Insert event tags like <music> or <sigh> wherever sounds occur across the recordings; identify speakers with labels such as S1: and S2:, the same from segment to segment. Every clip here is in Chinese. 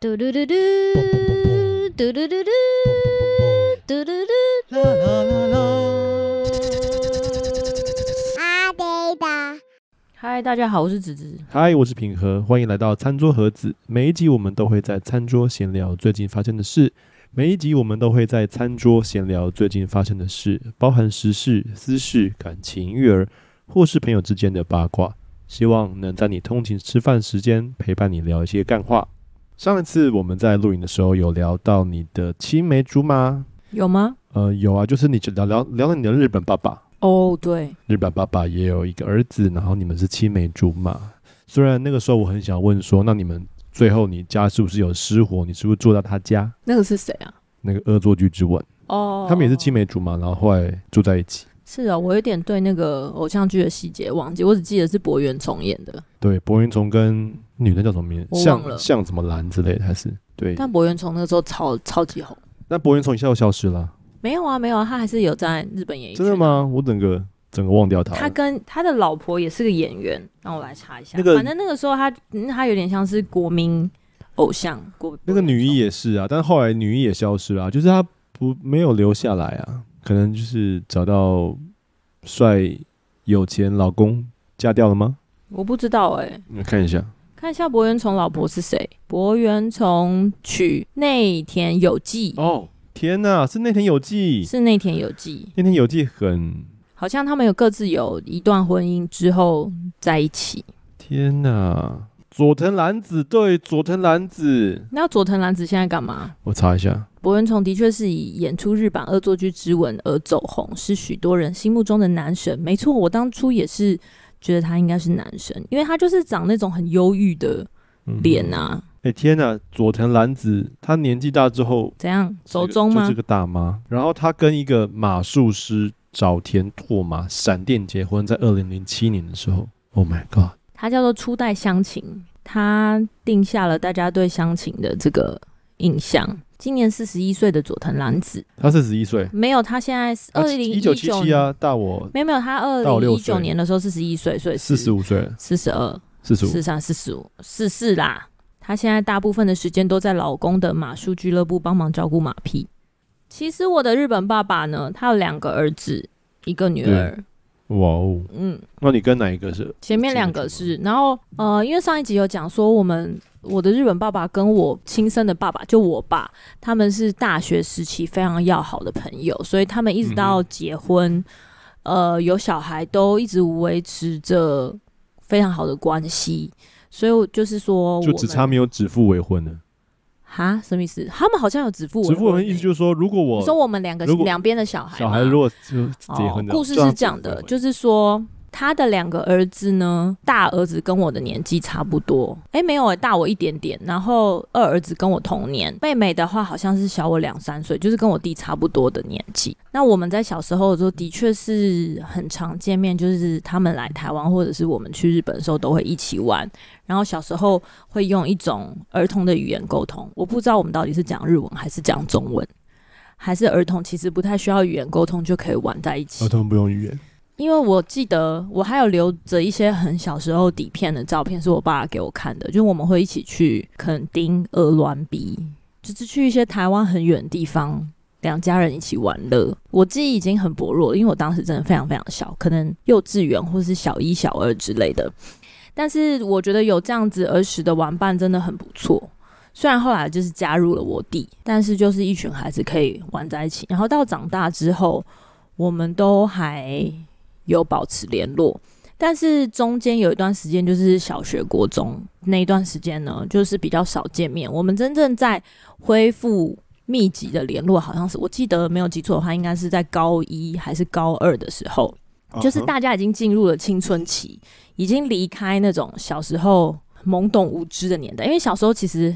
S1: 嘟嘟嘟嘟，嘟嘟嘟嘟，嘟嘟嘟。
S2: 啦啦啦啦。
S3: 嗨，大家好，我是子子。
S2: 嗨，我是品和，欢迎来到餐桌盒子。每一集我们都会在餐桌闲聊最近发生的事，每一集我们都会在餐桌闲聊最近发生的事，包含时事、私事、感情、育儿，或是朋友之间的八卦。希望能在你通勤吃饭时间陪伴你聊一些干话。上一次我们在录影的时候有聊到你的青梅竹马，
S3: 有吗？
S2: 呃，有啊，就是你聊聊聊了你的日本爸爸，
S3: 哦，对，
S2: 日本爸爸也有一个儿子，然后你们是青梅竹马。虽然那个时候我很想问说，那你们最后你家是不是有失火？你是不是住到他家？
S3: 那个是谁啊？
S2: 那个恶作剧之吻，
S3: 哦，
S2: 他们也是青。梅竹马，然后后来住在一起。
S3: 是啊，我有点对那个偶像剧的细节忘记，我只记得是博元重演的，
S2: 对，柏云崇跟女的叫什么名字？
S3: 我忘
S2: 像
S3: 了
S2: 像什么兰之类的，还是对？
S3: 但博元崇那个时候超超级红。
S2: 那柏云崇一下就消失了啊，
S3: 没有啊，没有啊，他还是有在日本演艺圈
S2: 真的？吗？我整个整个忘掉他
S3: 他
S2: 了。
S3: 跟他的老婆也是个演员，让我来查一下。
S2: 那个
S3: 反正那个时候他嗯他有点像是国民偶像，国
S2: 那个女一
S3: 演
S2: 也是啊，但后来女一也消失了啊、就是她不没有留下来啊，可能就是找到帅有钱老公嫁掉了吗？
S3: 我不知道哎、
S2: 你看一下，
S3: 看一下博元崇老婆是谁？博元崇娶内田有纪，
S2: 哦，天哪，是内田有纪，
S3: 是内田有纪。
S2: 内田有纪很
S3: 好像他们有各自有一段婚姻之后在一起。
S2: 天哪，佐藤蓝子对佐藤蓝子，
S3: 那佐藤蓝子现在干嘛？
S2: 我查一下，
S3: 博元崇的确是以演出日版恶作剧之吻而走红，是许多人心目中的男神。没错，我当初也是觉得他应该是男神，因为他就是长那种很忧郁的
S2: 嗯
S3: 脸啊，
S2: 哎、天哪，佐藤蓝子她年纪大之后
S3: 怎样？
S2: 是个
S3: 走中吗
S2: 就是？个大妈。然后她跟一个马术师早田拓马闪电结婚，在二零零七年的时候。Oh my god！
S3: 他叫做初代湘琴，他定下了大家对湘琴的这个印象。今年四十一岁的佐藤蓝子，
S2: 她四十一岁，
S3: 没有，他现在二零
S2: 一九七七啊，大我
S3: 没有没有，他二
S2: 到
S3: 零
S2: 六
S3: 一
S2: 岁
S3: 九年的时候四十一岁，所以
S2: 四十
S3: 五、
S2: 五岁，
S3: 四十二、
S2: 四十五
S3: 四。三、四十五、四四啦。她现在大部分的时间都在老公的马术俱乐部帮忙照顾马匹。其实我的日本爸爸呢，他有两个儿子，一个女儿。
S2: 哇哦！
S3: 嗯，
S2: 那你跟哪一个是？
S3: 前面两个是，然后呃，因为上一集有讲说我们。呃我的日本爸爸跟我亲生的爸爸，就我爸，他们是大学时期非常要好的朋友，所以他们一直到结
S2: 嗯
S3: 婚，呃，有小孩都一直维持着非常好的关系。所以我就是说我们，
S2: 就只差没有指腹为婚了。
S3: 哈什么意思？他们好像有指腹为
S2: 指腹为婚
S3: 婚
S2: 意思
S3: 欸
S2: 就是说，如果
S3: 你说
S2: 我
S3: 我们两个
S2: 如果
S3: 两边的小孩
S2: 小
S3: 嘛
S2: 孩如果就结婚
S3: 哦
S2: 的，
S3: 故事
S2: 就让
S3: 是
S2: 他
S3: 这样
S2: 指腹为
S3: 的，
S2: 婚
S3: 就是说他的两个儿子呢，大儿子跟我的年纪差不多，诶，没有、诶，大我一点点，然后二儿子跟我同年，妹妹的话好像是小我两三岁，就是跟我弟差不多的年纪。那我们在小时候的时候，的确是很常见面，就是他们来台湾或者是我们去日本的时候都会一起玩，然后小时候会用一种儿童的语言沟通，我不知道我们到底是讲日文还是讲中文。还是儿童其实不太需要语言沟通就可以玩在一起
S2: 儿。哦童不用语言。
S3: 因为我记得我还有留着一些很小时候底片的照片，是我爸给我看的，就是我们会一起去垦丁、鹅銮鼻，就是去一些台湾很远的地方，两家人一起玩乐。我记忆已经很薄弱了，因为我当时真的非常非常小，可能幼稚园或是小一、小二之类的。但是我觉得有这样子儿时的玩伴真的很不错。虽然后来就是加入了我弟，但是就是一群孩子可以玩在一起。然后到长大之后，我们都还有保持联络。但是中间有一段时间，就是小学、国中那一段时间呢，就是比较少见面。我们真正在恢复密集的联络，好像是我记得没有记错的话，应该是在高一还是高二的时候，就是大家已经进入了青春期，已经离开那种小时候懵懂无知的年代。因为小时候其实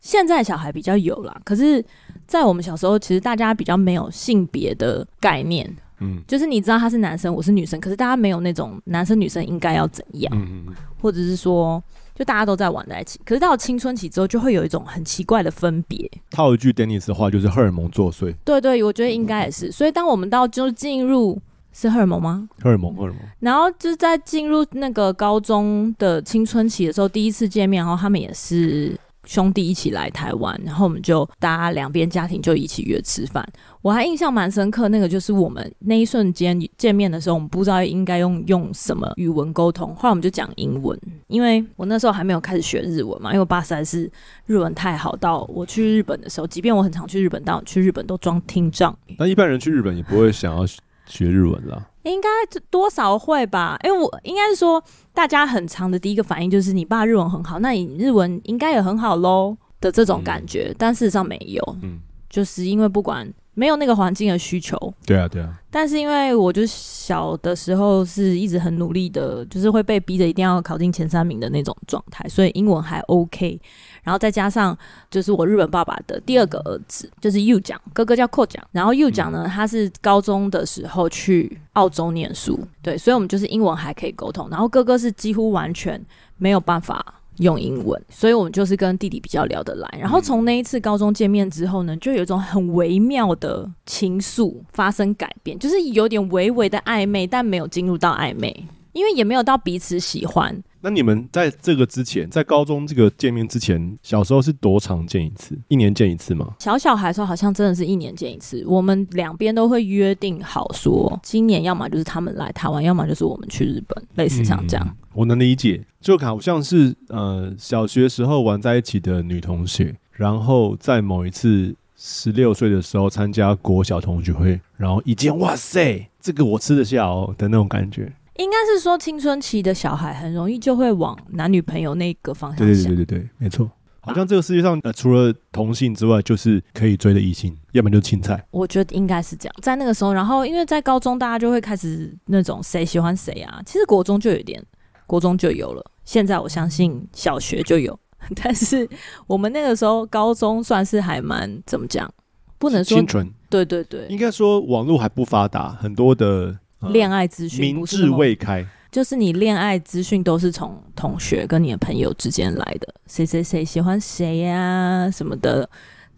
S3: 现在小孩比较有啦，可是，在我们小时候，其实大家比较没有性别的概念，
S2: 嗯
S3: 就是你知道他是男生，我是女生，可是大家没有那种男生女生应该要怎样，
S2: 嗯嗯，
S3: 或者是说，就大家都在玩在一起。可是到青春期之后，就会有一种很奇怪的分别。
S2: 套一句 Dennis 的话，就是荷尔蒙作祟，
S3: 对对，我觉得应该也是。所以当我们到就是进入是荷尔蒙吗？
S2: 荷尔蒙荷尔蒙。
S3: 然后就是在进入那个高中的青春期的时候，第一次见面，然后他们也是兄弟一起来台湾，然后我们就大家两边家庭就一起约吃饭。我还印象蛮深刻，那个就是我们那一瞬间见面的时候，我们不知道应该用用什么语文沟通，后来我们就讲英文，因为我那时候还没有开始学日文嘛，因为我爸实在是日文太好到我去日本的时候，即便我很常去日本，但我去日本都装听障。
S2: 但一般人去日本也不会想要学学日文啦。
S3: 应该多少会吧，因为我应该是说，大家很长的第一个反应就是你爸日文很好，那你日文应该也很好喽的这种感觉，但事实上没有，
S2: 嗯，
S3: 就是因为不管没有那个环境的需求，
S2: 对啊，对啊，
S3: 但是因为我就小的时候是一直很努力的，就是会被逼着一定要考进前三名的那种状态，所以英文还 OK。然后再加上就是我日本爸爸的第二个儿子，就是 U 奖，哥哥叫寇奖。然后 U 奖呢，他是高中的时候去澳洲念书，对，所以我们就是英文还可以沟通。然后哥哥是几乎完全没有办法。用英文，所以我们就是跟弟弟比较聊得来。然
S2: 嗯
S3: 后从那一次高中见面之后呢，就有一种很微妙的情愫发生改变，就是有点微微的暧昧，但没有进入到暧昧，因为也没有到彼此喜欢。
S2: 那你们在这个之前，在高中这个见面之前，小时候是多长见一次？一年见一次吗？
S3: 小小孩的时候好像真的是一年见一次，我们两边都会约定好说，今年要么就是他们来台湾，要么就是我们去日本，类似像这样。
S2: 嗯我能理解，就好像是呃小学时候玩在一起的女同学，然后在某一次十六岁的时候参加国小同学会，然后一见哇塞，这个我吃得下哦的那种感觉。
S3: 应该是说青春期的小孩很容易就会往男女朋友那个方向想。
S2: 对对对对对，没错。好像这个世界上呃除了同性之外，就是可以追的异性，要不然就是青菜。
S3: 我觉得应该是这样，在那个时候，然后因为在高中，大家就会开始那种谁喜欢谁啊。其实国中就有一点，国中就有了。现在我相信小学就有， <laughs> 但是我们那个时候高中算是还蛮怎么讲，不能说
S2: 清纯，
S3: 对对对，
S2: 应该说网络还不发达，很多的、呃
S3: 恋爱资讯
S2: 明
S3: 不是那
S2: 智
S3: 么
S2: 未开。
S3: 就是你恋爱资讯都是从同学跟你的朋友之间来的，谁谁谁喜欢谁呀、什么的，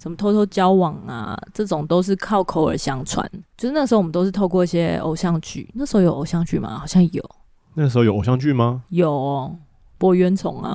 S3: 什么偷偷交往啊，这种都是靠口耳相传。就是那时候我们都是透过一些偶像剧，那时候有偶像剧吗？好像有，
S2: 那时候有偶像剧吗？
S3: 有、哦《博冤虫》啊，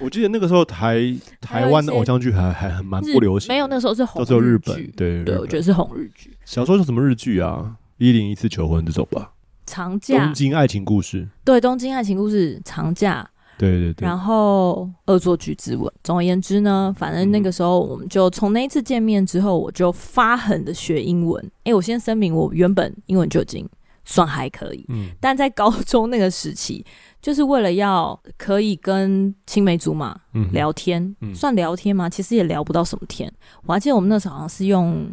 S2: 我记得那个时候台台湾的偶像剧还还很蛮
S3: 日
S2: 嗯不流行的，
S3: 没有，那时候是
S2: 到
S3: 红
S2: 时候日本
S3: 剧，
S2: 对
S3: 对，
S2: 日
S3: 我
S2: 本
S3: 觉得是红日剧。
S2: 小时候叫什么日剧啊？一零一次求婚这种吧，
S3: 长
S2: 《
S3: 假
S2: 东京爱情故事》。
S3: 对《东京爱情故事》长假，
S2: 对对对，
S3: 然后恶作剧之吻。总而言之呢，反正那
S2: 嗯
S3: 个时候我们就从那一次见面之后，我就发狠的学英文。诶，我先声明，我原本英文就已经算还可以，
S2: 嗯，
S3: 但在高中那个时期，就是为了要可以跟青梅竹马
S2: 嗯哼，
S3: 聊天，
S2: 嗯
S3: 算聊天吗？其实也聊不到什么天。我还记得我们那时候好像是用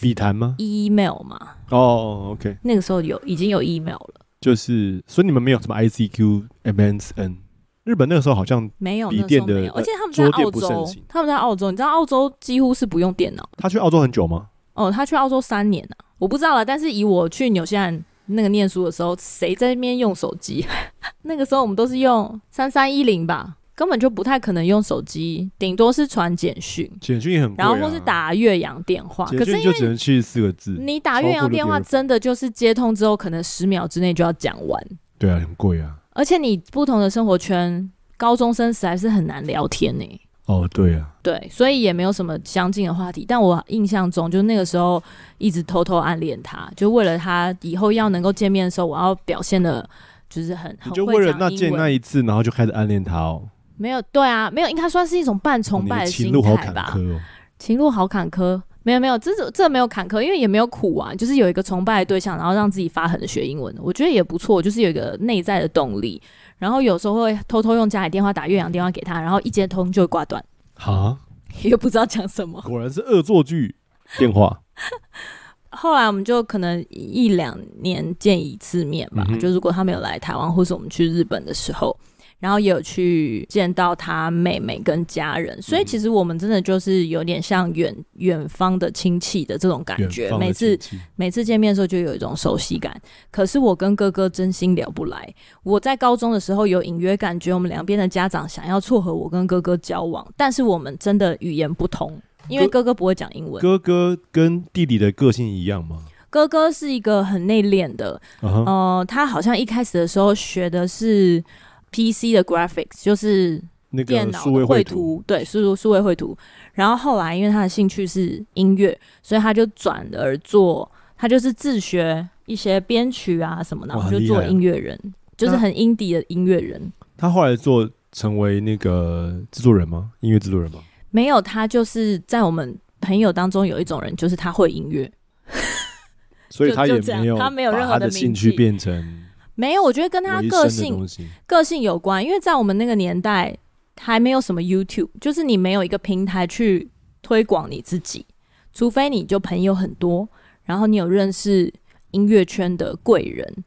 S2: 笔谈吗？
S3: email 嘛，
S2: 哦，OK，
S3: 那个时候有已经有 email 了，
S2: 就是，所以你们没有什么 ICQ、MSN。日本那个时候好像
S3: 没有那
S2: 笔
S3: 时候
S2: 电的
S3: 没有，而且他们在
S2: 桌
S3: 澳
S2: 垫不盛
S3: 洲
S2: 行，
S3: 他们在澳洲，你知道澳洲几乎是不用电脑。
S2: 他去澳洲很久吗？
S3: 哦，他去澳洲三年呢、我不知道了。但是以我去纽西兰那个念书的时候，谁在那边用手机？ <laughs> 那个时候我们都是用三三一零吧，根本就不太可能用手机，顶多是传简讯，
S2: 简讯也很贵、
S3: 然
S2: 啊，
S3: 后或是，打岳阳电话。可
S2: 简
S3: 是
S2: 讯
S3: 因
S2: 就
S3: 为
S2: 只能去四个字，
S3: 你打岳阳电话，
S2: 超过了第二
S3: 真的就是接通之后，可能十秒之内就要讲完，
S2: 对啊，很贵啊。
S3: 而且你不同的生活圈，高中生实在是很难聊天欸呢、
S2: 哦，对啊，
S3: 对，所以也没有什么相近的话题。但我印象中，就那个时候一直偷偷暗恋他，就为了他以后要能够见面的时候，我要表现的，就是很
S2: 你
S3: 很
S2: 就
S3: 会
S2: 为了
S3: 讲
S2: 那
S3: 英
S2: 见
S3: 文
S2: 那一次，然后就开始暗恋他哦，
S3: 没有对啊，没有，应该算是一种半崇
S2: 你
S3: 拜
S2: 的
S3: 心
S2: 情路好
S3: 态
S2: 坎
S3: 吧。
S2: 坷哦。
S3: 情路好坎坷，没有没有，这这这没有坎坷，因为也没有苦啊，就是有一个崇拜的对象，然后让自己发狠的学英文，我觉得也不错，就是有一个内在的动力。然后有时候会偷偷用家里电话打岳阳电话给他，然后一接通就会挂断，
S2: 哈，
S3: 也不知道讲什么。
S2: 果然是恶作剧电话。
S3: 后来我们就可能一两年见一次面吧，
S2: 嗯哼
S3: 就如果他没有来台湾，或是我们去日本的时候，然后也有去见到他妹妹跟家人，所
S2: 嗯
S3: 以其实我们真的就是有点像远远方的亲戚的这种感
S2: 远
S3: 觉，
S2: 方的
S3: 每次
S2: 亲戚
S3: 每次见面的时候就有一种熟悉感。可是我跟哥哥真心聊不来。我在高中的时候有隐约感觉，我们两边的家长想要撮合我跟哥哥交往，但是我们真的语言不通，因为
S2: 哥
S3: 哥哥不会讲英文。
S2: 哥哥跟弟弟的个性一样吗？
S3: 哥哥是一个很内敛的，
S2: 啊哈、
S3: 哦呃，他好像一开始的时候学的是 PC 的 graphics，就是
S2: 那
S3: 电
S2: 个
S3: 脑
S2: 数位
S3: 的绘
S2: 图，
S3: 图，对，数数位绘图。然后后来因为他的兴趣是音乐，所以他就转而做，他就是自学一些编曲啊什么的，
S2: 哇
S3: 然后就
S2: 很厉
S3: 做
S2: 害啊
S3: 音乐人，就是
S2: 那
S3: 很 indie 的音乐人。
S2: 他后来做成为那个制作人吗？音乐制作人吗？
S3: 没有他，就是在我们朋友当中有一种人，就是他会音乐。
S2: 所以
S3: 就
S2: 他
S3: 就
S2: 也
S3: 这
S2: 没
S3: 样
S2: 有
S3: 他没有
S2: 把
S3: 任何
S2: 他
S3: 的
S2: 的
S3: 名
S2: 兴趣
S3: 气
S2: 变成
S3: 没有，我觉得跟他
S2: 为
S3: 个
S2: 生的
S3: 性
S2: 东西。
S3: 个性有关，因为在我们那个年代还没有什么 YouTube，就是你没有一个平台去推广你自己，除非你就朋友很多，然后你有认识音乐圈的贵人，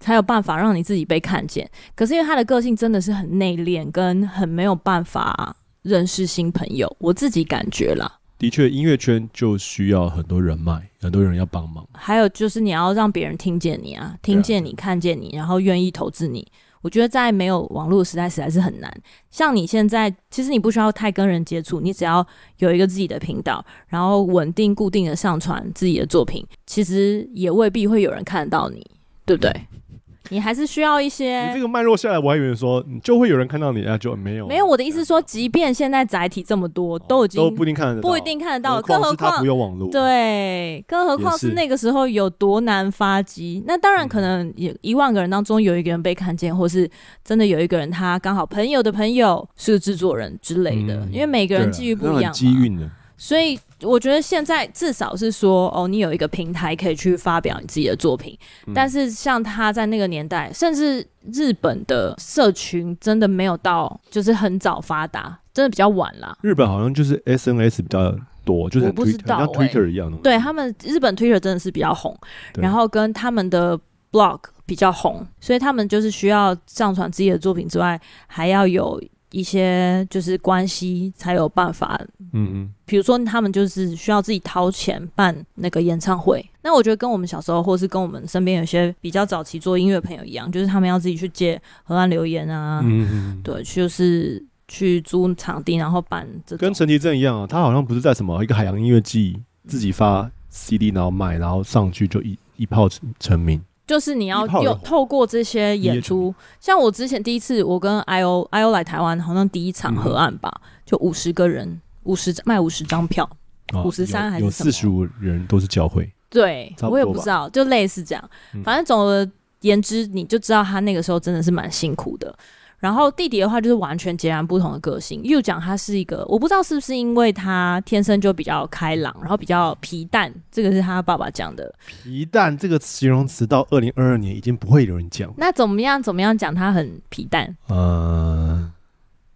S3: 才有办法让你自己被看见。可是因为他的个性真的是很内敛，跟很没有办法认识新朋友，我自己感觉啦。
S2: 的确，音乐圈就需要很多人脉，很多人要帮忙。
S3: 还有就是你要让别人听见你啊，听见你，看见你，然后愿意投资你。我觉得在没有网络的时代，实在是很难。像你现在，其实你不需要太跟人接触，你只要有一个自己的频道，然后稳定固定的上传自己的作品，其实也未必会有人看到你，对不对？你还是需要一
S2: 你这
S3: 些。
S2: 个脉络下来，我还以为说你就会有人看到你啊，就没有
S3: 没有，我的意思是说，即便现在载体这么多，都已经
S2: 哦都不一定看得到，
S3: 不一定看得到，
S2: 何
S3: 更何
S2: 是他
S3: 况
S2: 不用网络，，
S3: 对，更何
S2: 也
S3: 况
S2: 是嗯
S3: 是那个时候有多难发迹。那当然，可能也一万个人当中有一个人被看见，或是真的有一个人他刚好朋友的朋友是个制作人之类的，
S2: 嗯啊
S3: 因为每个人际遇不一样嘛。
S2: 机运的。
S3: 所以我觉得现在至少是说，哦，你有一个平台可以去发表你自己的作品。
S2: 嗯
S3: 但是像他在那个年代，甚至日本的社群真的没有到，就是很早发达，真的比较晚啦。
S2: 日本好像就是 SNS 比较多，就是
S3: 我
S2: 很
S3: 不知
S2: Twitter，
S3: 道
S2: 像
S3: 欸
S2: Twitter 一样的东西。
S3: 对他们日本 Twitter 真的是比较红，
S2: 对
S3: 然后跟他们的 blog 比较红，所以他们就是需要上传自己的作品之外，还要有一些就是关系才有办法。
S2: 嗯
S3: 比如说，他们就是需要自己掏钱办那个演唱会。那我觉得跟我们小时候，或是跟我们身边有些比较早期做音乐朋友一样，就是他们要自己去接河岸留言啊，
S2: 嗯嗯，
S3: 对，就是去租场地，然后办这种
S2: 跟。陈绮贞一样啊，他好像不是在什么一个海洋音乐季自己
S3: 嗯
S2: 发 CD，然后卖，然后上去就一一炮成成名。
S3: 就是你要
S2: 一炮而
S3: 有
S2: 红
S3: 透过这些演
S2: 你
S3: 出，像我之前第一次，我跟 I O I O 来台湾，好像第一场
S2: 嗯
S3: 河岸吧，就五十个人，五十卖五十张票，53
S2: 啊有
S3: 还是
S2: 有
S3: 什么
S2: 四十五人都是教会，
S3: 对
S2: 差不多吧
S3: 我也不知道，就类似这样
S2: 嗯。
S3: 反正总而言之，你就知道他那个时候真的是蛮辛苦的。然后弟弟的话就是完全截然不同的个性，又讲他是一个，我不知道是不是因为他天生就比较开朗，然后比较皮蛋，这个是他爸爸讲的。
S2: 皮蛋这个形容词到二零二二年已经不会有人讲，
S3: 那怎么样怎么样讲他很皮蛋？
S2: 呃，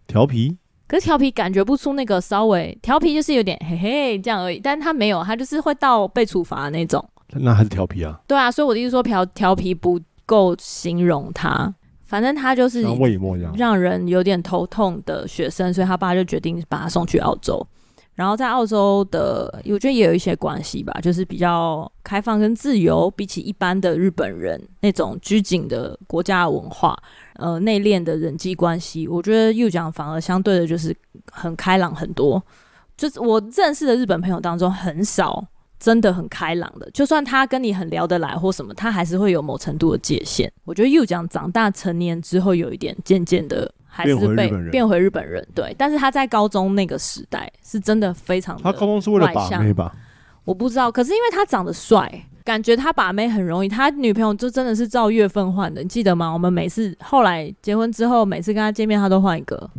S2: 调皮，
S3: 可是调皮感觉不出那个稍微调皮，就是有点嘿嘿这样而已，但他没有，他就是会到被处罚的那种。
S2: 那还是调皮啊，
S3: 对啊，所以我的意思说调调皮不够形容他，反正他就是
S2: 像魏以沫一样，
S3: 让人有点头痛的学生，所以他爸就决定把他送去澳洲。然后在澳洲的，我觉得也有一些关系吧，就是比较开放跟自由，比起一般的日本人那种拘谨的国家文化，呃，内敛的人际关系，我觉得又讲反而相对的就是很开朗很多。就是我认识的日本朋友当中，很少真的很开朗的，就算他跟你很聊得来或什么，他还是会有某程度的界限。我觉得又讲长大成年之后，有一点渐渐的还是
S2: 变回
S3: 被
S2: 日本人
S3: 变回日本人，对。但是他在高中那个时代是真的非常的，
S2: 他高中是为了把
S3: 外向
S2: 妹吧？
S3: 我不知道，可是因为他长得帅，感觉他把妹很容易。他女朋友就真的是照月份换的，你记得吗？我们每次后来结婚之后，每次跟他见面，他都换一个。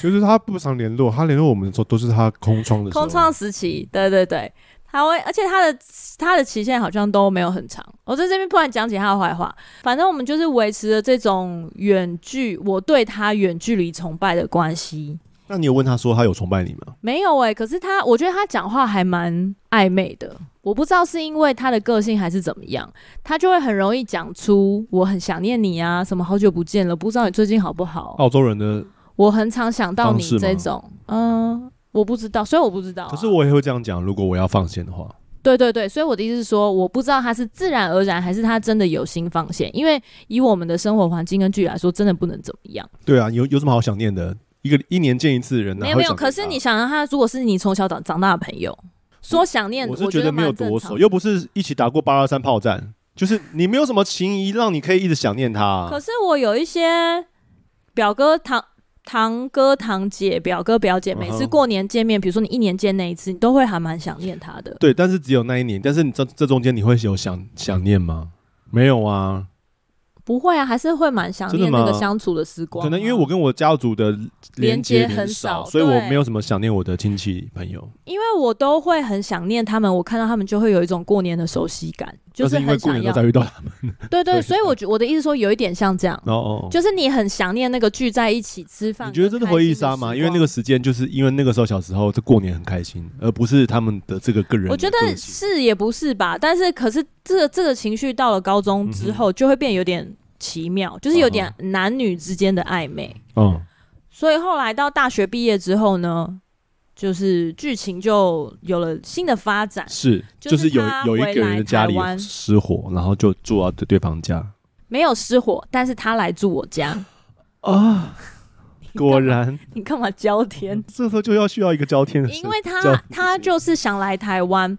S2: 就是他不常联络，他联络我们的时候都是他空窗的时候。
S3: 空窗时期，对对对，他会，而且他的他的期限好像都没有很长。我在这边突然讲起他的坏话，反正我们就是维持了这种远距，我对他远距离崇拜的关系。
S2: 那你有问他说他有崇拜你吗？
S3: 没有哎、可是他，我觉得他讲话还蛮暧昧的。我不知道是因为他的个性还是怎么样，他就会很容易讲出我很想念你啊，什么好久不见了，不知道你最近好不好。
S2: 澳洲人的，
S3: 我很常想到你
S2: 哦方式吗
S3: 这种，嗯、我不知道，所以我不知道啊、
S2: 可是我也会这样讲，如果我要放线的话，
S3: 对对对，所以我的意思是说，我不知道他是自然而然，还是他真的有心放线。因为以我们的生活环境跟距离来说，真的不能怎么样。
S2: 对啊，有有什么好想念的？一个一年见一次的人，哪
S3: 没有没
S2: 会
S3: 有，
S2: 想念啊
S3: 可是
S2: 他
S3: 你想让他，如果是你从小长长大的朋友，说想念，
S2: 我
S3: 我
S2: 是觉
S3: 觉
S2: 得没有
S3: 蛮正
S2: 多
S3: 常
S2: 熟，又不是一起打过八二三炮战，就是你没有啊什么情谊让你可以一直想念他啊、
S3: 可是我有一些表哥堂堂哥、堂姐、表哥、表姐，
S2: 嗯哼
S3: 每次过年见面，比如说你一年见那一次，你都会还蛮想念他的。
S2: 对，但是只有那一年。但是你这这中间你会有想想念吗？没有啊，
S3: 不会啊，还是会蛮想念
S2: 真的吗
S3: 那个相处的时光啊。
S2: 可能因为我跟我家族的
S3: 连
S2: 接
S3: 接很
S2: 少，
S3: 少
S2: 所以我
S3: 对
S2: 没有什么想念我的亲戚朋友。
S3: 因为我都会很想念他们，我看到他们就会有一种过年的熟悉感，就
S2: 那是因为
S3: 很
S2: 过
S3: 想
S2: 年
S3: 要
S2: 都。才遇到他们。
S3: 对
S2: 对
S3: 对，所以我觉我的意思说，有一点像这样，
S2: 哦哦，
S3: 就是你很想念那个聚在一起吃饭。
S2: 你觉得这是回忆杀吗？
S3: 吗？
S2: 因为那个时间，就是因为那个时候小时候，这过年很开心，而不是他们的这个个人的啊
S3: 我觉得
S2: 个性
S3: 是也不是吧，但是可是这个这个情绪到了高中之
S2: 嗯
S3: 后，就会变有点奇妙，就是有点男女之间的暧昧。
S2: 嗯，
S3: 所以后来到大学毕业之后呢，就是剧情就有了新的发展。
S2: 是，就
S3: 就是是
S2: 有
S3: 他
S2: 有一
S3: 回
S2: 个人
S3: 来
S2: 的家
S3: 台
S2: 里
S3: 湾
S2: 失火，然后就住到对对方家
S3: 没有失火，但是他来住我家， <laughs>
S2: 啊，果然
S3: 你干嘛焦甜？
S2: 这时候就要需要一个交天使，
S3: 因为
S2: 这
S3: 他
S2: 样
S3: 他就是想来台湾，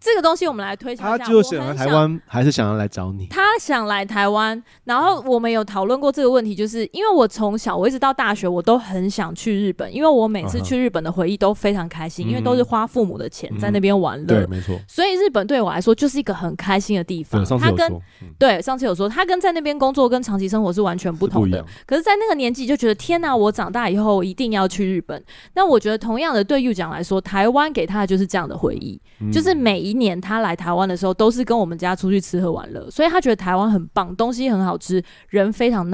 S3: 这个东西我们来推敲
S2: 他
S3: 一下。
S2: 就想
S3: 我
S2: 来
S3: 很
S2: 台湾，还是想要来找你，
S3: 他想来台湾，然后我们有讨论过这个问题，就是因为我从小我一直到大学，我都很想去日本，因为我每次去日本的回忆都非常开心，
S2: 啊嗯
S3: 因为都是花父母的钱
S2: 嗯
S3: 在那边玩乐，
S2: 对，没错，
S3: 所以日本对我来说就是一个很开心的地
S2: 对，
S3: 方。
S2: 上次
S3: 他
S2: 有
S3: 跟
S2: 说，嗯，
S3: 对上次有说，他跟在那边工作跟长期生活是完全不
S2: 是不
S3: 同
S2: 一
S3: 的。
S2: 样，
S3: 可是，在那个年纪就觉得天哪、我长大以后一定要去日本。那我觉得同样的，对 U 讲来说，台湾给他的就是这样的回忆。
S2: 嗯
S3: 就是每一年他来台湾的时候，都是跟我们家出去吃喝玩乐，所以他觉得台湾很棒，东西很好吃，人非常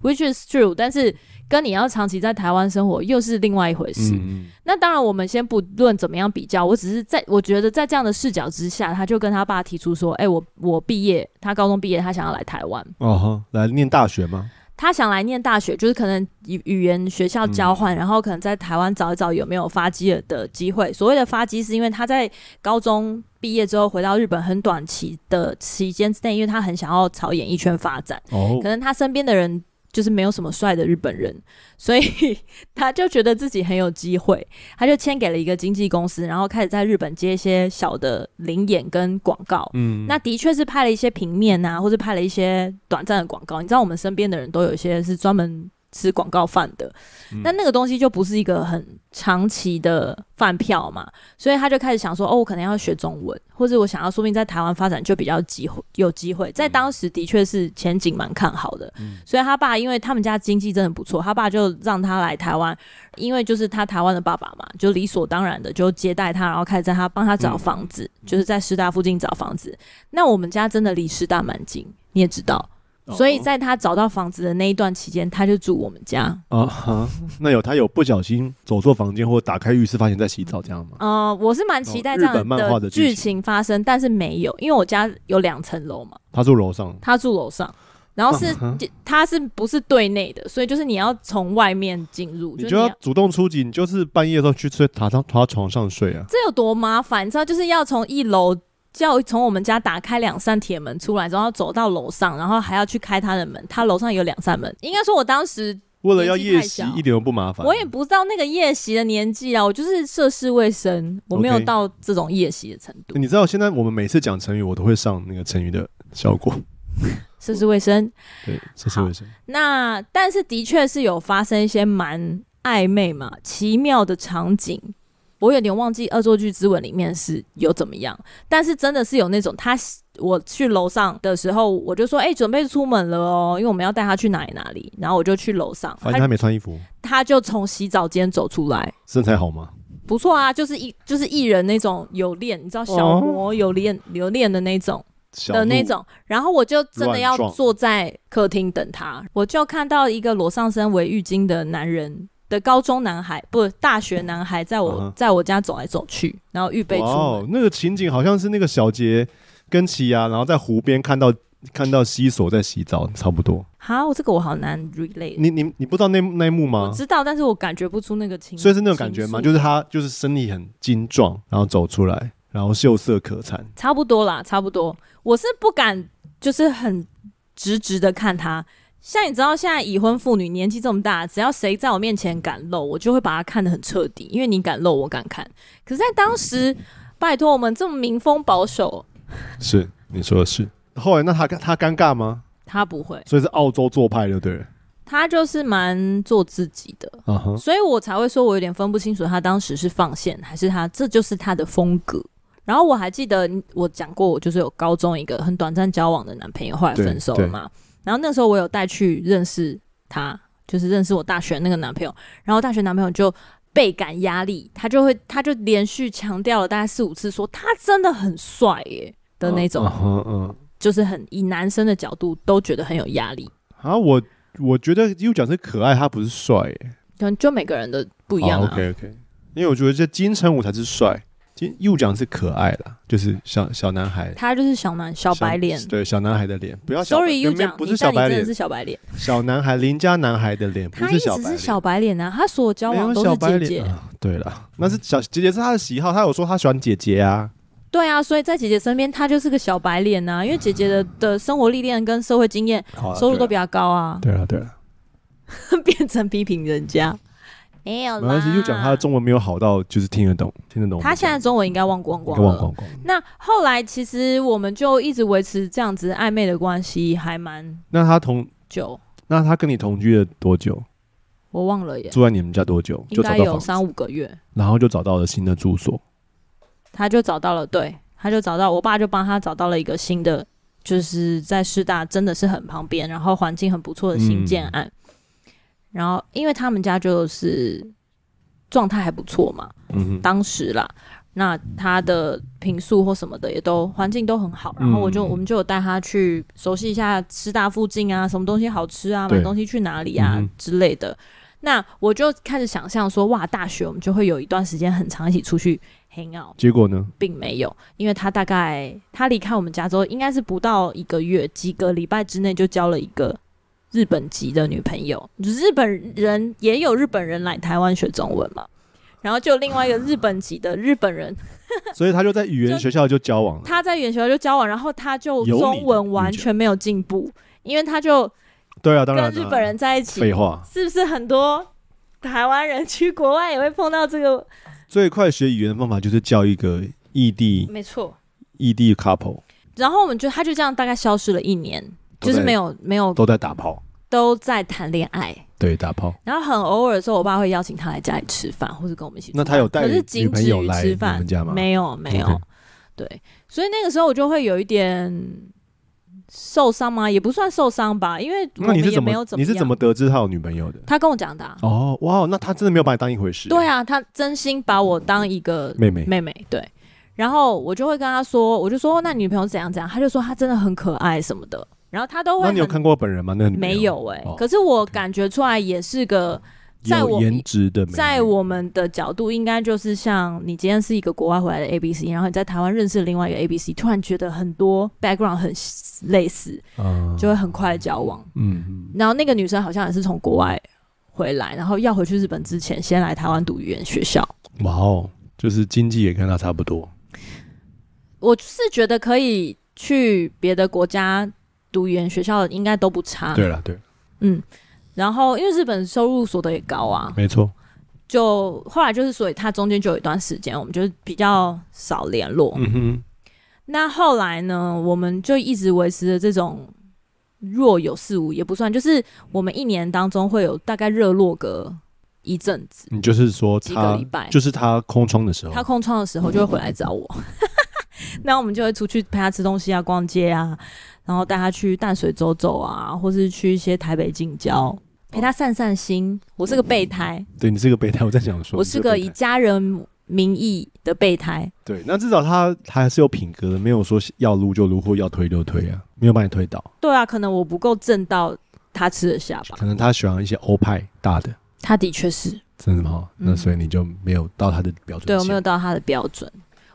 S3: nice，which is true。但是跟你要长期在台湾生活又是另外一回事。
S2: 嗯，嗯
S3: 那当然，我们先不论怎么样比较，我只是在我觉得在这样的视角之下，他就跟他爸提出说：“哎、我我毕业，他高中毕业，他想要来台湾，
S2: 哦哈，来念大学吗？
S3: 他想来念大学，就是可能语语言学校交换，然后可能在台湾找一找有没有发机的机会。所谓的发机，是因为他在高中毕业之后回到日本很短期的期间之内，因为他很想要朝演艺圈发展，
S2: 哦
S3: 可，能他身边的人就是没有什么帅的日本人，所以 <laughs> 他就觉得自己很有机会，他就签给了一个经纪公司，然后开始在日本接一些小的零演跟广告。
S2: 嗯
S3: 那的确是拍了一些平面啊，或者拍了一些短暂的广告。你知道我们身边的人都有一些是专门吃广告饭的，
S2: 嗯
S3: 那、那个东西就不是一个很长期的饭票嘛，所以他就开始想说，哦，我可能要学中文，或者我想要说不定在台湾发展就比较机会有机会。在当时的确是前景蛮看好的，
S2: 嗯
S3: 所以他爸因为他们家经济真的不错，他爸就让他来台湾，因为就是他台湾的爸爸嘛，就理所当然的就接待他，然后开始在他帮他
S2: 嗯
S3: 找房子，就是在师大附近找房子。那我们家真的离师大蛮近，你也知道，
S2: 哦
S3: 所以在他找到房子的那一段期间，他就住我们家。
S2: 啊哈，那有他有不小心走错房间或打开浴室发现在洗澡这样吗？
S3: 呃，我是蛮期待这
S2: 哦日本
S3: 样
S2: 漫画的
S3: 的
S2: 剧
S3: 剧
S2: 情
S3: 情发生，但是没有，因为我家有两层楼嘛，
S2: 他住楼上，
S3: 他住楼上。然后是
S2: 嗯哼，
S3: 他是不是对内的？所以就是你要从外面进入，
S2: 你
S3: 就
S2: 就
S3: 你
S2: 是要
S3: 要
S2: 主动出击，你就是半夜的时候去睡他他他床上睡啊。
S3: 这有多麻烦？你知道，就是要从一楼，就要从我们家打开两扇铁门出来，然后走到楼上，然后还要去开他的门。他楼上有两扇门，应该说，我当时
S2: 为了要夜
S3: 年纪
S2: 袭
S3: 太小
S2: 一点都不麻烦，
S3: 我也不知道那个夜袭的年纪啊，我就是涉世未深，我没有
S2: OK
S3: 到这种夜袭的程度。
S2: 你知道现在我们每次讲成语，我都会上那个成语的
S3: <laughs>
S2: 效果，
S3: 涉世未深，
S2: 对，这是为什么？
S3: 那但是的确是有发生一些蛮暧昧嘛、奇妙的场景。我有点忘记《恶作剧之吻》里面是有怎么样，但是真的是有那种他，我去楼上的时候，我就说，哎、准备出门了哦，因为我们要带他去哪里哪里，然后我就去楼上，
S2: 发现他
S3: 他
S2: 没穿衣服，
S3: 他就从洗澡间走出来，
S2: 身材好吗？
S3: 不错啊，就是艺就是艺人那种有练，你知道小模有练有练的那种，
S2: 小
S3: 的那
S2: 鹿，
S3: 种，然后我就真的要
S2: 乱撞
S3: 坐在客厅等他，我就看到一个裸上身围浴巾的男人的高中男孩，不大学男孩，在我、
S2: 嗯哼
S3: 在我家走来走去，然后预备出
S2: 哇
S3: 门
S2: 哦，那个情景好像是那个小杰跟奇亚，然后在湖边看到看到西索在洗澡，差不多。
S3: 哈，我这个我好难 relate，
S2: 你你你不知道那那一幕
S3: 我
S2: 吗？
S3: 知道，但是我感觉不出那个情，
S2: 所以是那种感觉
S3: 情
S2: 吗？
S3: 愫
S2: 就是他就是身体很精壮，然后走出来，然后秀色可餐。
S3: 差不多啦，差不多。我是不敢，就是很直直的看他。像你知道，现在已婚妇女年纪这么大，只要谁在我面前敢露，我就会把他看得很彻底，因为你敢露，我敢看。可是，在当时，拜托我们这么民风保守，
S2: 是，你说的是。后来那他他尴尬吗？
S3: 他不会，
S2: 所以是澳洲做派，对不对了？
S3: 他就是蛮做自己的，
S2: 啊哈，
S3: 所以我才会说我有点分不清楚他当时是放线还是他这就是他的风格。然后我还记得我讲过，我就是有高中一个很短暂交往的男朋友，后来分手了嘛。然后那时候我有带去认识他，就是认识我大学那个男朋友。然后大学男朋友就倍感压力，他就会他就连续强调了大概四五次说他真的很帅耶的那种
S2: 啊，哈嗯，
S3: 就是很以男生的角度都觉得很有压力。
S2: 啊，我我觉得又讲是可爱，他不是帅耶，
S3: 可能就每个人的不一样啊。
S2: 哦 OK OK，因为我觉得这金城武才是帅，金又讲是可爱啦，就是小小男孩，
S3: 他就是小男小白脸。
S2: 对小男孩的脸，不要啊小白
S3: Sorry，又
S2: 明明
S3: 讲
S2: 不
S3: 你
S2: 是小
S3: 但你
S2: 白
S3: 真的
S2: 脸
S3: 是，小白脸，
S2: 小男孩邻家男孩的脸，不
S3: 他
S2: 是
S3: 一
S2: 小
S3: 直
S2: 白
S3: 是
S2: 脸。
S3: 小白脸啊，他所有交
S2: 没
S3: 往
S2: 有
S3: 都
S2: 小
S3: 是
S2: 白
S3: 姐
S2: 脸
S3: 姐。
S2: 啊，对了，那是小姐姐是他的喜好，他有说他喜欢姐姐啊，
S3: 对啊，所以在姐姐身边，他就是个小白脸啊，因为姐姐的的生活历练跟社会经验，
S2: 好啊
S3: 收入都比
S2: 对啊
S3: 较高啊， <laughs>
S2: 对了对了，
S3: 变成批评人家。没有啦，
S2: 没关系，又讲他的中文没有好到就是听得懂，听得懂我们讲。
S3: 他现在中文应该忘光
S2: 应
S3: 光
S2: 该
S3: 了。
S2: 忘光光，
S3: 那后来其实我们就一直维持这样子暧昧的关系，还蛮
S2: 那他同
S3: 久，
S2: 那他跟你同居了多久？
S3: 我忘了耶，
S2: 住在你们家多久？
S3: 应
S2: 就找
S3: 该
S2: 到
S3: 有
S2: 房
S3: 三五个月。
S2: 然后就找到了新的住所。
S3: 他就找到了，对，他就找到，我爸就帮他找到了一个新的，就是在师大真的是很旁边，然后环境很不错的新
S2: 嗯
S3: 建案。然后因为他们家就是状态还不错嘛，
S2: 嗯哼，
S3: 当时啦，那他的平素或什么的也都环境都很好，然后我就、
S2: 嗯
S3: 我们就有带他去熟悉一下师大附近啊，什么东西好吃啊，
S2: 对
S3: 买东西去哪里啊、
S2: 嗯哼
S3: 之类的。那我就开始想象说，哇，大学我们就会有一段时间很长一起出去 hang out。
S2: 结果呢？
S3: 并没有，因为他大概他离开我们家之后，应该是不到一个月，几个礼拜之内就交了一个日本籍的女朋友。就是日本人也有日本人来台湾学中文嘛，然后就有另外一个日本籍的日本人，
S2: 所以他就在语言学校就交往了。
S3: 他在远学校就交往，然后他就
S2: 有你的
S3: 中文完全没有进步，因为他就
S2: 对啊，当然
S3: 跟
S2: 啊
S3: 日本人在一起
S2: 废，话，
S3: 是不是很多台湾人去国外也会碰到这个？
S2: 最快学语言的方法就是叫一个异地
S3: 没错。
S2: 异地 couple
S3: 然后我们就他就这样大概消失了一年，就是没有没有
S2: 都在打炮，
S3: 都在谈恋爱，
S2: 对，打炮。
S3: 然后很偶尔的时候，我爸会邀请他来家里吃饭，或者跟我们一起吃
S2: 那
S3: 饭。
S2: 他有带
S3: 可是
S2: 女
S3: 仅
S2: 朋
S3: 止
S2: 友
S3: 于
S2: 来
S3: 吃
S2: 你
S3: 饭
S2: 们，家吗？
S3: 没有没有
S2: OK
S3: 对，所以那个时候我就会有一点受伤吗？也不算受伤吧，因为我
S2: 那
S3: 们
S2: 你是
S3: 也
S2: 怎
S3: 没有
S2: 么
S3: 怎
S2: 你
S3: 么
S2: 是怎
S3: 样
S2: 么得知他有女朋友的？
S3: 他跟我讲的啊、
S2: 哦，哇，那他真的没有把你当一回事。欸
S3: 对，啊，他真心把我当一个
S2: 妹妹，
S3: 妹妹，对。然后我就会跟他说，我就说那你女朋友怎样怎样，他就说她真的很可爱什么的，然后他都会
S2: 那你有
S3: 很
S2: 看过本人吗？那个女朋友
S3: 没有哎、
S2: 哦
S3: 可是我感觉出来也是个在
S2: 有
S3: 我
S2: 颜值的美女，
S3: 在我们的角度，应该就是像你今天是一个国外回来的 A B C，然后你在台湾认识了另外一个 A B C，突然觉得很多 background 很类似，
S2: 啊
S3: 就会很快交往。
S2: 嗯嗯
S3: 然后那个女生好像也是从国外回来，然后要回去日本之前，先来台湾读语言学校。
S2: 哇哦，就是经济也跟他差不多。
S3: 我是觉得可以去别的国家读语言学校，应该都不差。
S2: 对了，对，
S3: 嗯。然后，因为日本收入所得也高啊，
S2: 没错。
S3: 就后来就是，所以他中间就有一段时间，我们就是比较少联络。
S2: 嗯哼，
S3: 那后来呢，我们就一直维持着这种若有似无，也不算，就是我们一年当中会有大概热络个一阵子，
S2: 你就是说
S3: 几个
S2: 他
S3: 礼拜。
S2: 就是他空窗的时候
S3: 他，空窗的时候就会回来找 <laughs> 我，那我们就会出去陪他吃东西啊、逛街啊，然后带他去淡水走走啊，或是去一些台北近郊。陪他散散心，我是个备胎，
S2: 对你是个备胎，我在想说，
S3: 我
S2: 你
S3: 是个
S2: 备
S3: 以
S2: 胎
S3: 家人名义的备胎，
S2: 对，那至少他他还是有品格的，没有说要撸就撸或要推就推啊，没有把你推倒。
S3: 对啊，可啊能我不够正到他吃得下吧。
S2: 可能他喜欢一些欧派大的，
S3: 他的确是，
S2: 真的吗？
S3: 嗯
S2: 那所以你就没有到他的标准。
S3: 对我没有。到他的标准。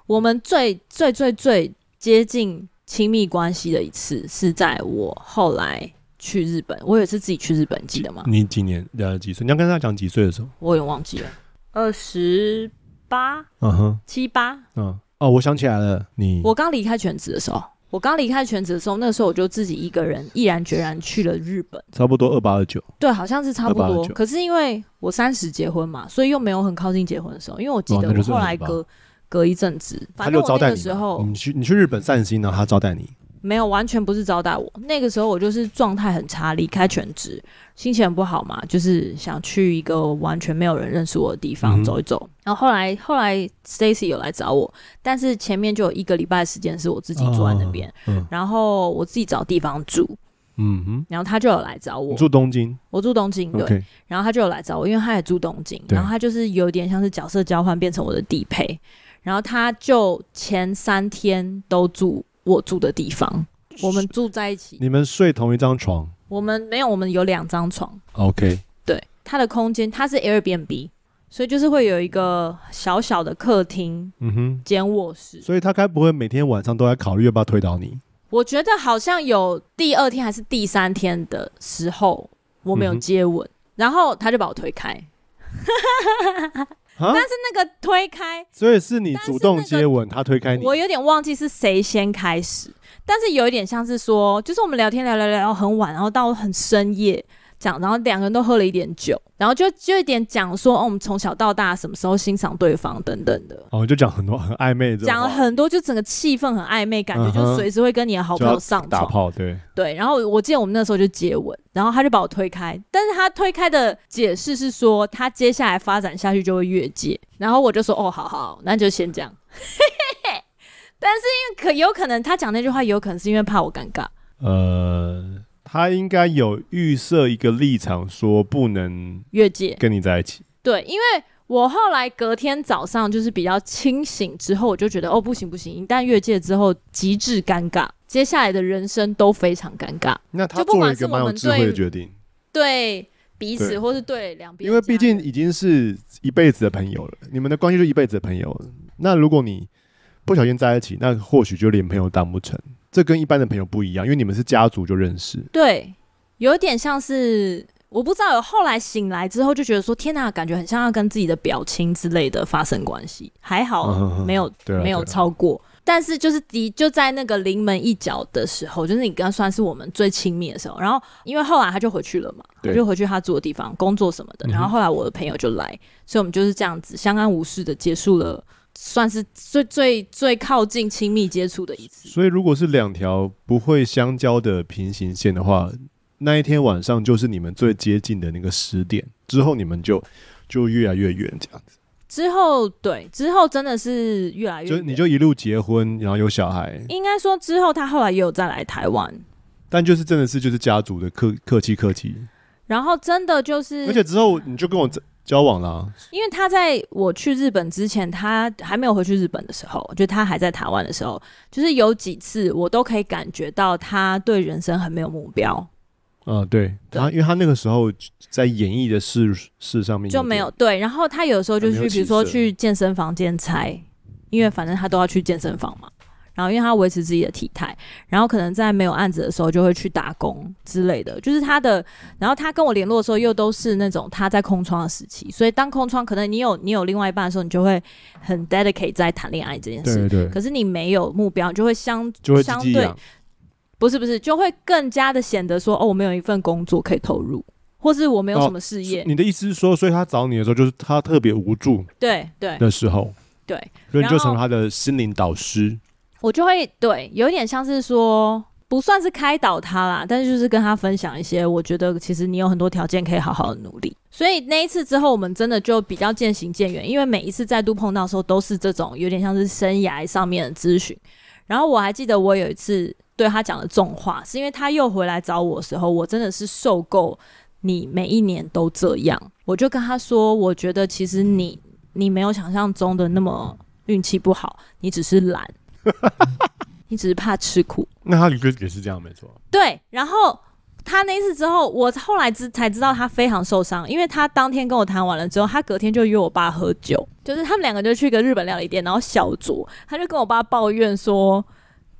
S3: 我们最最最最接近亲密关系的一次，是在我后来去日本，我有一次自己去日本，记得吗？
S2: 你几年呃几岁？你要跟他讲几岁的时候？
S3: 我有点忘记了，二十八
S2: 嗯哼，
S3: 七八。
S2: 嗯哦，我想起来了，你
S3: 我刚离开全职的时候，我刚离开全职的时候，那时候我就自己一个人毅然决然去了日本。
S2: 差不多二八二九，
S3: 对，好像是差不多
S2: 289。
S3: 可是因为我三十结婚嘛，所以又没有很靠近结婚的时候，因为我记
S2: 哦
S3: 得
S2: 那就
S3: 我
S2: 是
S3: 后来
S2: 很棒
S3: 隔隔一阵子，
S2: 他
S3: 反正
S2: 就
S3: 我
S2: 招
S3: 那
S2: 待
S3: 个
S2: 你
S3: 时
S2: 嘛。
S3: 候
S2: 你去你去日本散心，然后他招待你，
S3: 没有，完全不是招待我。那个时候我就是状态很差，离开全职，心情很不好嘛，就是想去一个完全没有人认识我的地
S2: 嗯
S3: 方
S2: 哼
S3: 走一走。然后后来后来 Stacy 有来找我，但是前面就有一个礼拜的时间是我自己住在那边，
S2: 嗯
S3: 然后我自己找地方住，
S2: 嗯哼，
S3: 然后他就有来找我
S2: 你。住东京
S3: 我住东京，对
S2: ，OK，
S3: 然后他就有来找我，因为他也住东京，
S2: 对
S3: 然后他就是有点像是角色交换，变成我的地陪。然后他就前三天都住我住的地方，我们住在一起。
S2: 你们睡同一张床
S3: 我们没有，我们有两张床。
S2: ，OK，
S3: 对，他的空间它是 Airbnb，所以就是会有一个小小的客厅
S2: 嗯哼，
S3: 兼卧室。
S2: 所以他该不会每天晚上都在考虑要不要推倒你？
S3: 我觉得好像有第二天还是第三天的时候，我们有
S2: 嗯哼
S3: 接吻，然后他就把我推开。
S2: 啊，
S3: 那个推开
S2: 所以是你
S3: 但是
S2: 主动
S3: 那个
S2: 接吻，他推哎开你，
S3: 我有点忘记是谁先开始，但是有一点像是说，就是我们聊天聊聊聊很晚，然后到很深夜这样，然后两个人都喝了一点酒，然后就就有点讲说，哦，我们从小到大什么时候欣赏对方等等的，
S2: 哦，就讲很多很暧昧这种
S3: 讲了
S2: 话
S3: 很多，就整个气氛很暧昧，感觉
S2: 嗯哼
S3: 就随时会跟你的好朋友上
S2: 打
S3: 床。
S2: 炮，对，
S3: 对，然后我记得我们那时候就接吻，然后他就把我推开，但是他推开的解释是说，他接下来发展下去就会越界，然后我就说，哦，好好，那就先这样。 <laughs> 但是因为可有可能他讲那句话，有可能是因为怕我尴尬，
S2: 呃，他应该有预设一个立场，说不能
S3: 越界。
S2: 跟你在一起。
S3: 对，因为我后来隔天早上就是比较清醒之后，我就觉得哦不行不行，一旦越界之后极致尴尬，接下来的人生都非常尴尬，
S2: 那他
S3: 就不
S2: 做了
S3: 管
S2: 一
S3: 是
S2: 个
S3: 我
S2: 蛮有
S3: 们
S2: 智慧的
S3: 对
S2: 决定，
S3: 对彼
S2: 对
S3: 此或是对两边
S2: 因
S3: 家人，
S2: 为毕竟已经是一辈子的朋友了，你们的关系就是一辈子的朋友了。那如果你不小心在一起，那或许就连朋友当不成。这跟一般的朋友不一样，因为你们是家族就认识。
S3: 对，有点像是我不知道，有后来醒来之后就觉得说，天哪，感觉很像要跟自己的表亲之类的发生关系，还好、
S2: 嗯哼哼
S3: 没有
S2: 对啊，
S3: 没有
S2: 对啊
S3: 超过。但是就是的就在那个临门一脚的时候，就是你刚算是我们最亲密的时候。然后因为后来他就回去了嘛，
S2: 对
S3: 他就回去他住的地方工作什么的。
S2: 嗯哼
S3: 然后后来我的朋友就来，所以我们就是这样子相安无事的结束了，算是最最最靠近亲密接触的一次。
S2: 所以如果是两条不会相交的平行线的话，那一天晚上就是你们最接近的那个时点，之后你们就就越来越远，这样子，
S3: 之后对之后真的是越来越
S2: 就
S3: 远
S2: 你就一路结婚，然后有小孩，
S3: 应该说之后他后来也有再来台湾，
S2: 但就是真的是就是家族的客客气客气，
S3: 然后真的就是，
S2: 而且之后你就跟我在交往啦、
S3: 因为他在我去日本之前，他还没有回去日本的时候，就他还在台湾的时候，就是有几次我都可以感觉到他对人生很没有目标，
S2: 啊，对
S3: 对
S2: 他，因为他那个时候在演艺的事事上面
S3: 就没有对。然后他有时候就
S2: 啊还没
S3: 去，
S2: 有
S3: 比如说
S2: 起色
S3: 去健身房兼差，因为反正他都要去健身房嘛。然后因为他维持自己的体态，然后可能在没有案子的时候就会去打工之类的，就是他的。然后他跟我联络的时候又都是那种他在空窗的时期，所以当空窗可能你有你有另外一半的时候，你就会很 dedicate 在谈恋爱这件
S2: 一点
S3: 事。
S2: 对对对，
S3: 可是你没有目标，你就会相
S2: 就会
S3: 相
S2: 自己
S3: 对
S2: 养，
S3: 不是不是，就会更加的显得说哦，我没有一份工作可以投入，或是我没有
S2: 哦
S3: 什么事业。
S2: 你的意思是说，所以他找你的时候，就是他特别无助
S3: 对对
S2: 的时候，
S3: 对，
S2: 所以你就
S3: 然后
S2: 成了他的心灵导师。
S3: 我就会对，有点像是说，不算是开导他啦，但是就是跟他分享一些，我觉得其实你有很多条件可以好好的努力。所以那一次之后，我们真的就比较渐行渐远，因为每一次再度碰到的时候，都是这种有点像是生涯上面的咨询。然后我还记得我有一次对他讲的重话，是因为他又回来找我的时候，我真的是受够你每一年都这样。我就跟他说，我觉得其实你你没有想象中的那么运气不好，你只是懒。你只是怕吃苦。
S2: 那他的确也是这样，没错。
S3: 对，然后他那一次之后，我后来知才知道他非常受伤，因为他当天跟我谈完了之后，他隔天就约我爸喝酒，就是他们两个就去一个日本料理店，然后小酌，他就跟我爸抱怨说，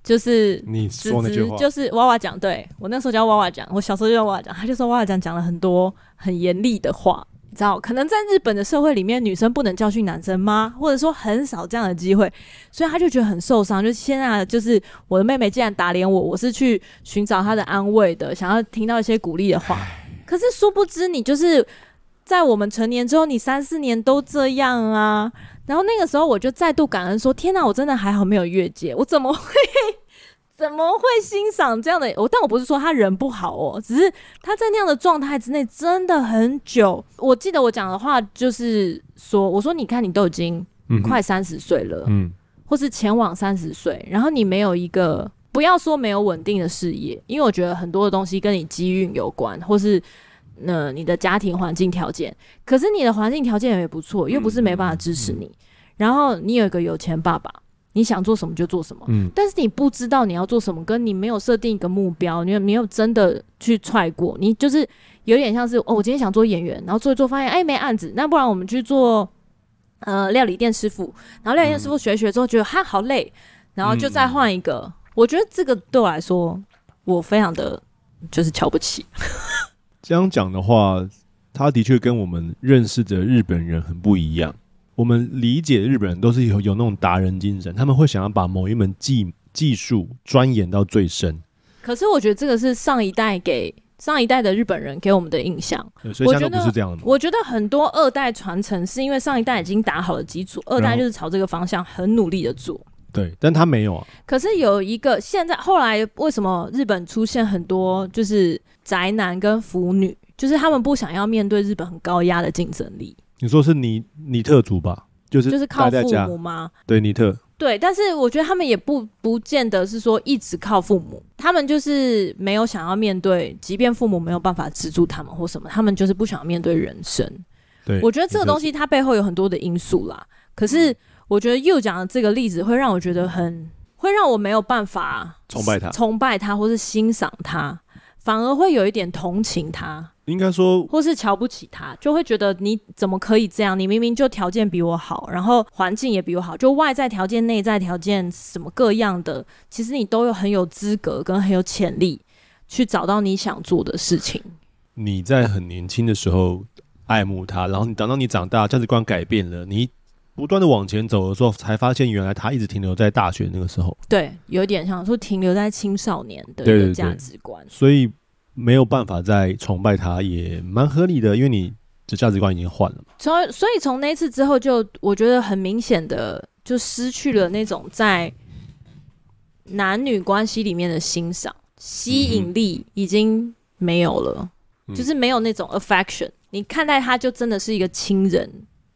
S3: 就是。
S2: 你
S3: 子
S2: 说那句
S3: 子
S2: 话，
S3: 就是娃娃讲，对我那时候叫娃娃讲，我小时候就叫娃娃讲，他就说娃娃讲讲了很多很严厉的话，你知道，可能在日本的社会里面，女生不能教训男生吗？或者说很少这样的机会，所以他就觉得很受伤。就现在就是我的妹妹竟然打脸我，我是去寻找她的安慰的，想要听到一些鼓励的话。可是殊不知，你就是在我们成年之后，你三四年都这样啊。然后那个时候，我就再度感恩说：“天哪，我真的还好没有越界，我怎么会怎么会欣赏这样的？我但我不是说他人不好哦，只是他在那样的状态之内真的很久。我记得我讲的话就是说，我说你看你都已经
S2: 嗯哼
S3: 快三十岁了，
S2: 嗯
S3: 或是前往三十岁，然后你没有一个不要说没有稳定的事业，因为我觉得很多的东西跟你机运有关，或是呃你的家庭环境条件，可是你的环境条件也不错，又不是没办法支持你，
S2: 嗯
S3: 然后你有一个有钱爸爸，你想做什么就做什么。
S2: 嗯
S3: 但是你不知道你要做什么，跟你没有设定一个目标，你有没有真的去踹过，你就是有点像是哦，我今天想做演员，然后做一做发现哎没案子，那不然我们去做呃料理店师傅，然后料理店师傅学一学之后觉得哈好累，然后就再换一个。我觉得这个对我来说，我非常的就是瞧不起。
S2: 这样讲的话，他的确跟我们认识的日本人很不一样。我们理解的日本人都是有有那种达人精神，他们会想要把某一门技技术钻研到最深。
S3: 可是我觉得这个是上一代给上一代的日本人给我们的印象。
S2: 呃所以现在
S3: 我觉
S2: 都
S3: 得
S2: 不是这样的嘛。
S3: 我觉得很多二代传承是因为上一代已经打好了基础，二代就是朝这个方向很努力的做。
S2: 对，但他没有啊。
S3: 可是有一个现在后来为什么日本出现很多就是宅男跟腐女，就是他们不想要面对日本很高压的竞争力，
S2: 你说是尼尼特族吧？就是
S3: 就是靠
S2: 待在
S3: 父
S2: 家
S3: 母，吗？
S2: 对尼特，
S3: 对，但是我觉得他们也不不见得是说一直靠父母，他们就是没有想要面对，即便父母没有办法资助他们或什么，他们就是不想面对人生。
S2: 对，嗯
S3: 我觉得这个
S2: 尼特
S3: 东西它背后有很多的因素啦。可是我觉得又讲的这个例子会让我觉得很，会让我没有办法
S2: 崇拜他
S3: 崇拜他或是欣赏他，反而会有一点同情他，
S2: 应该说
S3: 或是瞧不起他，就会觉得你怎么可以这样？你明明就条件比我好，然后环境也比我好，就外在条件、内在条件什么各样的，其实你都有很有资格跟很有潜力去找到你想做的事情。
S2: 你在很年轻的时候爱慕他，然后你等到你长大，价值观改变了，你不断的往前走的时候，才发现原来他一直停留在大学那个时候，
S3: 对，有点像说停留在青少年的
S2: 对
S3: 一
S2: 对
S3: 个价
S2: 对
S3: 值观。
S2: 所以没有办法再崇拜他，也蛮合理的，因为你的价值观已经换了嘛。
S3: 从所以从那次之后就，我觉得很明显的就失去了那种在男女关系里面的欣赏，吸引力已经没有了，
S2: 嗯
S3: 就是没有那种 affection。你看待他就真的是一个亲人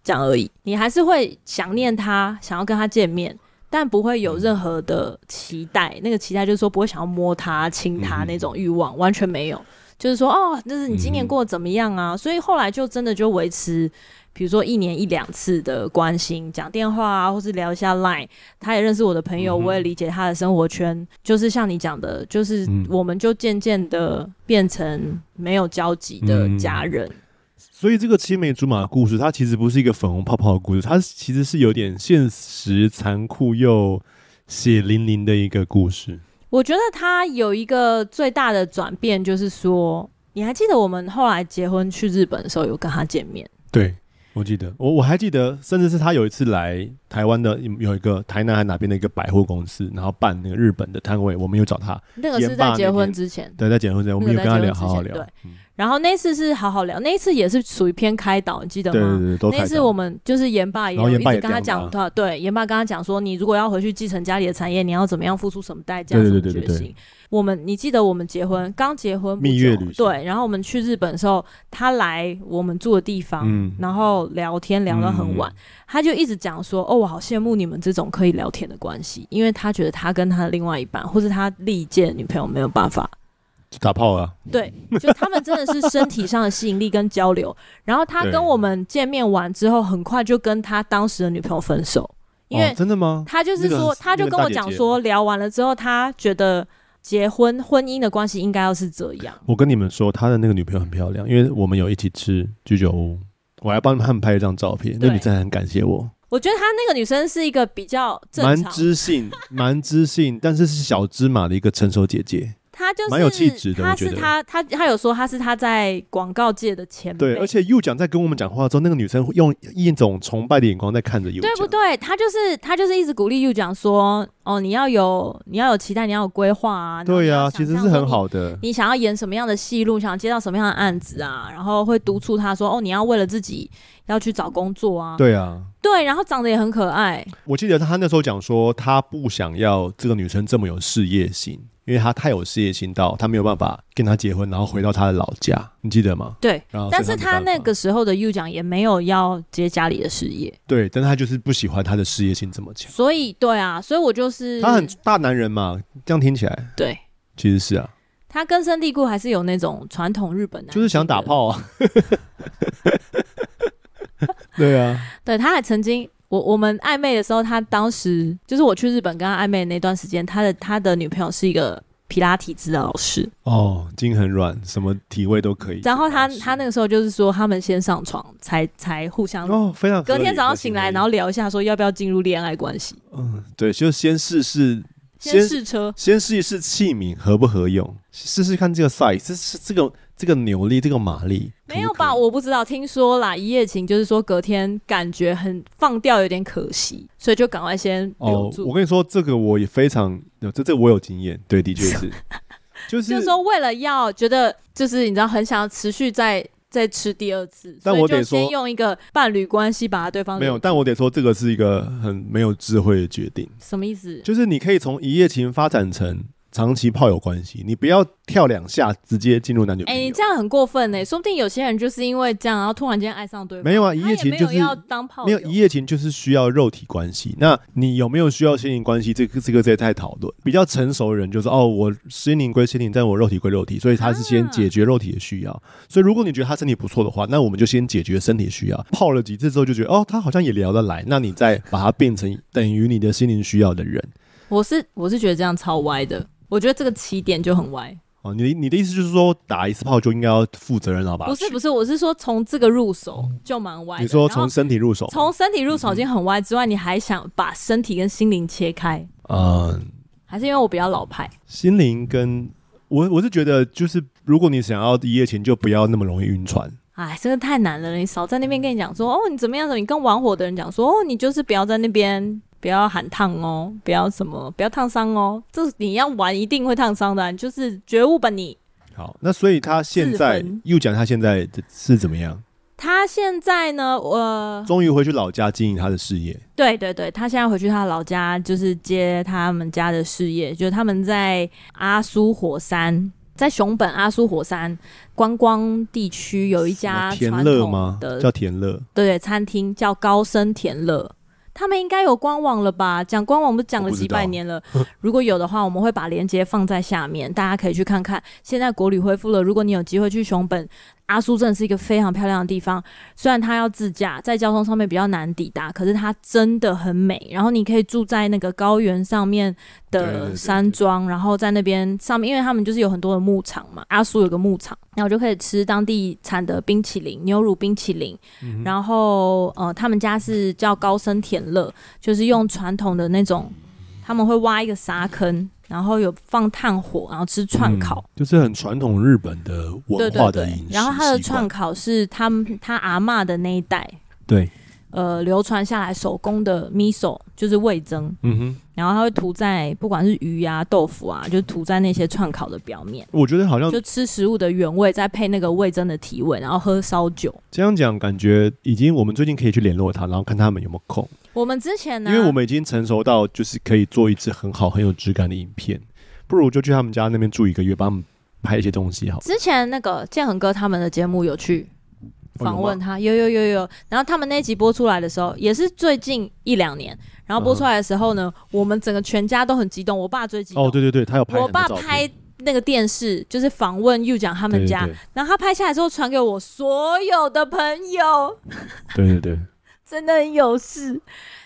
S3: 这样而已，你还是会想念他，想要跟他见面。但不会有任何的期待，那个期待就是说不会想要摸他、亲他
S2: 嗯
S3: 那种欲望，完全没有。就是说，哦，就是你今年
S2: 嗯哼
S3: 过得怎么样啊？所以后来就真的就维持，比如说一年一两次的关心，讲电话啊，或是聊一下 Line。他也认识我的朋友，
S2: 嗯哼
S3: 我也理解他的生活圈。就是像你讲的，就是
S2: 嗯
S3: 我们就渐渐的变成没有交集的家人。
S2: 嗯所以这个青梅竹马的故事，它其实不是一个粉红泡泡的故事，它其实是有点现实、残酷又血淋淋的一个故事。
S3: 我觉得他有一个最大的转变，就是说，你还记得我们后来结婚去日本的时候，有跟他见面。
S2: 对，我记得，我我还记得，甚至是他有一次来台湾的有有一个台南还哪边的一个百货公司，然后办那个日本的摊位，我们有找他，
S3: 那个是
S2: 严爸
S3: 在
S2: 那
S3: 结婚
S2: 天
S3: 之前，
S2: 对，在结婚前我们有跟他聊，好好聊，
S3: 对
S2: 嗯
S3: 然后那次是好好聊，那一次也是属于偏开导，你记得
S2: 对对
S3: 吗？
S2: 对，都
S3: 那
S2: 开
S3: 次我们就是严爸也
S2: 然
S3: 有
S2: 后
S3: 一
S2: 严
S3: 直
S2: 爸也啊
S3: 跟他
S2: 讲
S3: 讲
S2: 嘛
S3: 到，对，严爸跟他讲说，你如果要回去继承家里的产业，你要怎么样付出什么代价，
S2: 对
S3: 什
S2: 对
S3: 么
S2: 对
S3: 决
S2: 对对
S3: 心。我们你记得我们结婚刚结婚不
S2: 蜜
S3: 久
S2: 月旅行
S3: 对，然后我们去日本的时候，他来我们住的地方，
S2: 嗯
S3: 然后聊天聊到很晚，他就一直讲说，哦，我好羡慕你们这种可以聊天的关系，因为他觉得他跟他的另外一半，或是他历届的女朋友没有办法
S2: 打炮啊了、
S3: 对，
S2: <laughs>
S3: 就他们真的是身体上的吸引力跟交流。然后他
S2: 对
S3: 跟我们见面完之后，很快就跟他当时的女朋友分手，因
S2: 哦
S3: 为
S2: 真的吗？
S3: 他就是
S2: 那个
S3: 说，
S2: 很
S3: 他就跟我讲说，聊完了之后，他觉得结婚婚姻的关系应该要是这样。
S2: 我跟你们说，他的那个女朋友很漂亮，因为我们有一起吃居酒屋，我还帮他们拍一张照片。那
S3: 对
S2: 女生很感谢我，
S3: 我觉得他那个女生是一个比较正
S2: 蛮
S3: 常， <laughs>
S2: 知性，蛮知性，但是是小芝麻的一个成熟姐姐。
S3: 她他就是
S2: 蛮有气质的我
S3: 他
S2: 觉
S3: 是
S2: 得
S3: 他他他有说他是他在广告界的前辈，
S2: 对，而且右奖在跟我们讲话的时候，那个女生会用一种崇拜的眼光在看着右
S3: 对
S2: 奖，
S3: 不对？他就是他就是一直鼓励 You 讲说，哦，你要有你要有期待，你要有规划啊。
S2: 对
S3: 呀、
S2: 呀、其实是很。好的。
S3: 你嗯想要演什么样的戏路，想要接到什么样的案子啊，然后会督促他说，哦，你要为了自己要去找工作啊。
S2: 对啊，
S3: 对，然后长得也很可爱，
S2: 我记得他那时候讲说，他不想要这个女生这么有事业心，因为她太有事业心到她没有办法跟他结婚，然后回到她的老家，你记得吗？
S3: 对。
S2: 然后哦所以
S3: 但是
S2: 没
S3: 他
S2: 办法
S3: 那个时候的 U 奖也没有要接家里的事业，
S2: 对，但他就是不喜欢他的事业性这么强，
S3: 所以对啊，所以我就是
S2: 他很大男人嘛，这样听起来
S3: 对
S2: 其实是啊，
S3: 他根深蒂固还是有那种传统日本男，
S2: 就是想打。炮啊。 <laughs> 对啊，
S3: 对，他还曾经，我我们暧昧的时候，他当时就是我去日本跟他暧昧的那段时间，他的他的女朋友是一个皮拉提斯的老师，
S2: 哦，筋很软，什么体位都可以。
S3: 然后他
S2: 是
S3: 他那个时候就是说，他们先上床才才互相。
S2: 哦，非常合
S3: 隔
S2: 理
S3: 天早上
S2: 合情
S3: 醒
S2: 合
S3: 来，
S2: 理
S3: 然后聊一下说要不要进入恋爱关系，
S2: 嗯，对，就先试试，
S3: 先试车。
S2: 先试一试器皿合不合用，试试看这个 size，这是这个这个扭力，这个马力可不可
S3: 没
S2: 以
S3: 有吧？我不知道，听说啦，一夜情就是说隔天感觉很放掉，有点可惜，所以就赶快先留
S2: 哦，
S3: 住。
S2: 我跟你说，这个我也非常，有这这我有经验，对，的确
S3: <laughs>
S2: 是，就是
S3: 就是说为了要觉得就是你知道很想要持续再再吃第二次，
S2: 但
S3: 所以
S2: 我得
S3: 就先
S2: 说
S3: 用一个伴侣关系把对方
S2: 没有，但我得说，这个是一个很没有智慧的决定，
S3: 什么意思？
S2: 就是你可以从一夜情发展成长期炮友关系，你不要跳两下直接进入男女
S3: 哎、
S2: 朋友。
S3: 你这样很过分呢、说不定有些人就是因为这样，然后突然间爱上对方。
S2: 没有啊，一夜
S3: 他也
S2: 情
S3: 没
S2: 就
S3: 有
S2: 是
S3: 要当炮
S2: 没
S3: 友
S2: 有，一夜情就是需要肉体关系。那你有没有需要心灵关系？这个这个在在讨论。比较成熟的人就是哦，我心灵归心灵，但我肉体归肉体，所以他是先
S3: 啊
S2: 解决肉体的需要。所以如果你觉得他身体不错的话，那我们就先解决身体需要。泡了几次之后就觉得哦，他好像也聊得来，那你再把他变成等于你的心灵需要的人。
S3: 我是我是觉得这样超歪的，我觉得这个起点就很歪。
S2: 哦，你你的意思就是说打一次炮就应该要负责任，好吧？
S3: 不是不是，我是说从这个入手就蛮歪的。
S2: 啊嗯你说
S3: 然
S2: 从
S3: 后
S2: 身体入手吗，
S3: 从身体入手已经很歪之外，你还想把身体跟心灵切开，
S2: 嗯。
S3: 还是因为我比较老派？
S2: 心灵跟我我是觉得，就是如果你想要一夜情，就不要那么容易晕船。
S3: 哎，真的太难了！你少在那边跟你讲说，哦，你怎么样怎么样，你跟玩火的人讲说，哦，你就是不要在那边，不要喊烫哦，不要什么，不要烫伤哦，这你要玩一定会烫伤的啊、你就是觉悟吧你。
S2: 好，那所以他现
S3: 自
S2: 在
S3: 焚
S2: 又讲他现在的是怎么样？
S3: 他现在呢，呃，
S2: 终于回去老家经营他的事业。
S3: 对对对，他现在回去他老家，就是接他们家的事业，就是他们在阿苏火山。在熊本阿苏火山观光地区有一家
S2: 什么田
S3: 传
S2: 乐
S3: 统
S2: 吗？
S3: 的
S2: 叫田乐，
S3: 对餐厅叫高升田乐，他们应该有官网了吧？讲官网不是讲了几百年
S2: <laughs>
S3: 了？如果有的话，我们会把链接放在下面，大家可以去看看。现在国旅恢复了，如果你有机会去熊本，阿苏镇是一个非常漂亮的地方。虽然它要自驾，在交通上面比较难抵达，可是它真的很美。然后你可以住在那个高原上面
S2: 对对对
S3: 的
S2: 对
S3: 山庄，然后在那边上面，因为他们就是有很多的牧场嘛，阿苏有个牧场，然后就可以吃当地产的冰淇淋、牛乳冰淇淋。
S2: 嗯
S3: 然后呃，他们家是叫高升田乐，就是用传统的那种，他们会挖一个沙坑，然后有放炭火，然后吃串烤。
S2: 嗯就是很传统日本的
S3: 对
S2: 文
S3: 对
S2: 化的饮
S3: 对
S2: 食，
S3: 然后他的
S2: 习
S3: 串
S2: 惯
S3: 烤是他们他阿嬷的那一代，
S2: 对，
S3: 呃，流传下来手工的 miso 就是味增，
S2: 嗯哼，
S3: 然后它会涂在不管是鱼啊、豆腐啊，就涂在那些串烤的表面，
S2: 我觉得好像
S3: 就吃食物的原味，再配那个味增的提味，然后喝烧酒。
S2: 这样讲，感觉已经我们最近可以去联络他，然后看他们有没有空。
S3: 我们之前呢，
S2: 因为我们已经成熟到就是可以做一支很好很有质感的影片，不如就去他们家那边住一个月，帮他们拍一些东西好了。
S3: 之前那个建恒哥他们的节目有去
S2: 哦
S3: 访
S2: 有
S3: 问他，有有有有。然后他们那集播出来的时候，也是最近一两年。然
S2: 啊
S3: 后播出来的时候呢，我们整个全家都很激动，我爸最激动。
S2: 哦，对对对，他有拍
S3: 我
S2: 很多
S3: 爸
S2: 照片
S3: 拍那个电视，就是访问又讲他们家，
S2: 对
S3: 然后他拍下来之后传给我所有的朋友， <laughs>
S2: 对对对，对
S3: 真的很有事。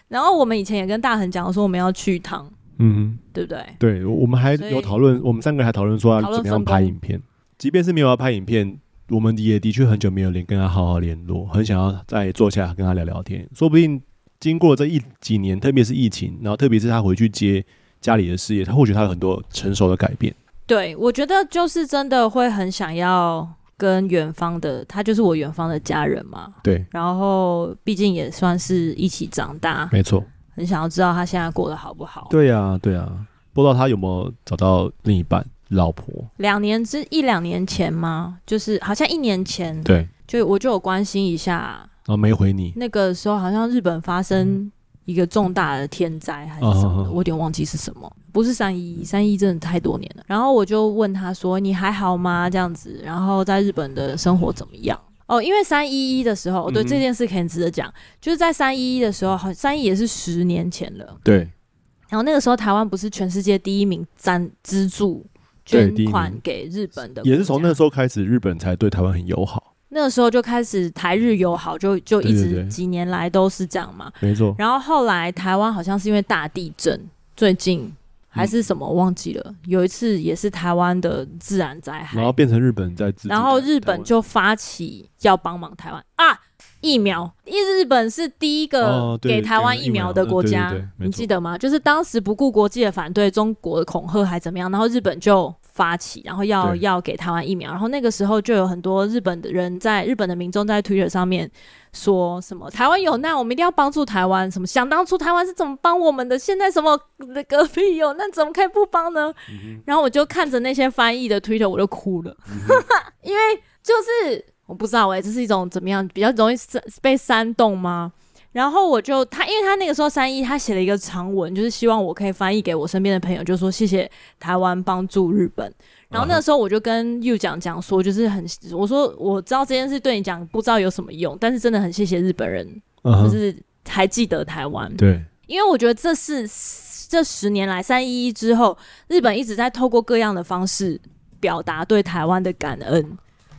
S3: 然后我们以前也跟大恒讲说我们要去一趟，
S2: 嗯，
S3: 对不对？
S2: 对，我我们还
S3: 所以
S2: 有讨论，我们三个还讨论说
S3: 讨
S2: 要
S3: 论
S2: 怎么样
S3: 分工
S2: 拍影片，即便是没有要拍影片。我们也的确很久没有连跟他好好联络，很想要再坐下来跟他聊聊天。说不定经过这一几年，特别是疫情，然后特别是他回去接家里的事业，他或许他有很多成熟的改变。
S3: 对，我觉得就是真的会很想要跟远方的，他就是我远方的家人嘛。
S2: 对，
S3: 然后毕竟也算是一起长大，
S2: 没错，
S3: 很想要知道他现在过得好不好。
S2: 对呀、对呀、不知道他有没有找到另一半、老婆？
S3: 两年之一两年前吗？就是好像一年前，
S2: 对，然
S3: 就我就有关心一下，
S2: 后没回你，
S3: 那个时候好像日本发
S2: 嗯
S3: 生一个重大的天灾还是什么
S2: 嗯嗯
S3: 的，
S2: 嗯
S3: 我有点忘记是什么，不是三一，三一真的太多年了。然后我就问他说：“你还好吗？”这样子，然后在日本的生活怎么样？哦，因为三一一的时候，哦对、
S2: 嗯哼
S3: 这件事可以值得讲，就是在三一一的时候，好三一也是十年前了。
S2: 对，
S3: 然后那个时候台湾不是全世界第一名赞资助
S2: 对
S3: 捐
S2: 第一名
S3: 款给日本的国家，
S2: 也是从那时候开始，日本才对台湾很友好。
S3: 那个时候就开始台日友好，就就一
S2: 对对
S3: 直
S2: 对
S3: 几年来都是这样嘛。<laughs>
S2: 没错，
S3: 然后后来台湾好像是因为大地震，最近还是什么忘记了，有一次也是台湾的自然灾害
S2: 嗯然，后变成日本在自，
S3: 然后日本就发起要帮忙台湾啊。疫苗，因为日本是第一个
S2: 哦对
S3: 给台湾
S2: 给
S3: 疫苗的国家，
S2: 疫苗呃对对对没错
S3: 你记得吗？就是当时不顾国际的反对，中国的恐吓还怎么样，然后日本就发起，然后要
S2: 对
S3: 要给台湾疫苗，然后那个时候就有很多日本的人在日本的民众在 Twitter 上面说什么台湾有难，我们一定要帮助台湾，什么想当初台湾是怎么帮我们的，现在什么呃隔壁有难，怎么可以不帮呢？
S2: 嗯
S3: 然后我就看着那些翻译的 Twitter，我就哭了。因为就是我不知道哎、这是一种怎么样比较容易煽被煽动吗？然后我就他，因为他那个时候三一，他写了一个长文，就是希望我可以翻译给我身边的朋友，就说谢谢台湾帮助日本。然后那个时候我就跟 You 讲讲说，就是很我说我知道这件事对你讲不知道有什么用，但是真的很谢谢日本人，
S2: 哼嗯
S3: 就
S2: 哼，
S3: 是还记得台湾。
S2: 对，
S3: 因为我觉得这是这十年来三一一之后，日本一直在透过各样的方式表达对台湾的感恩。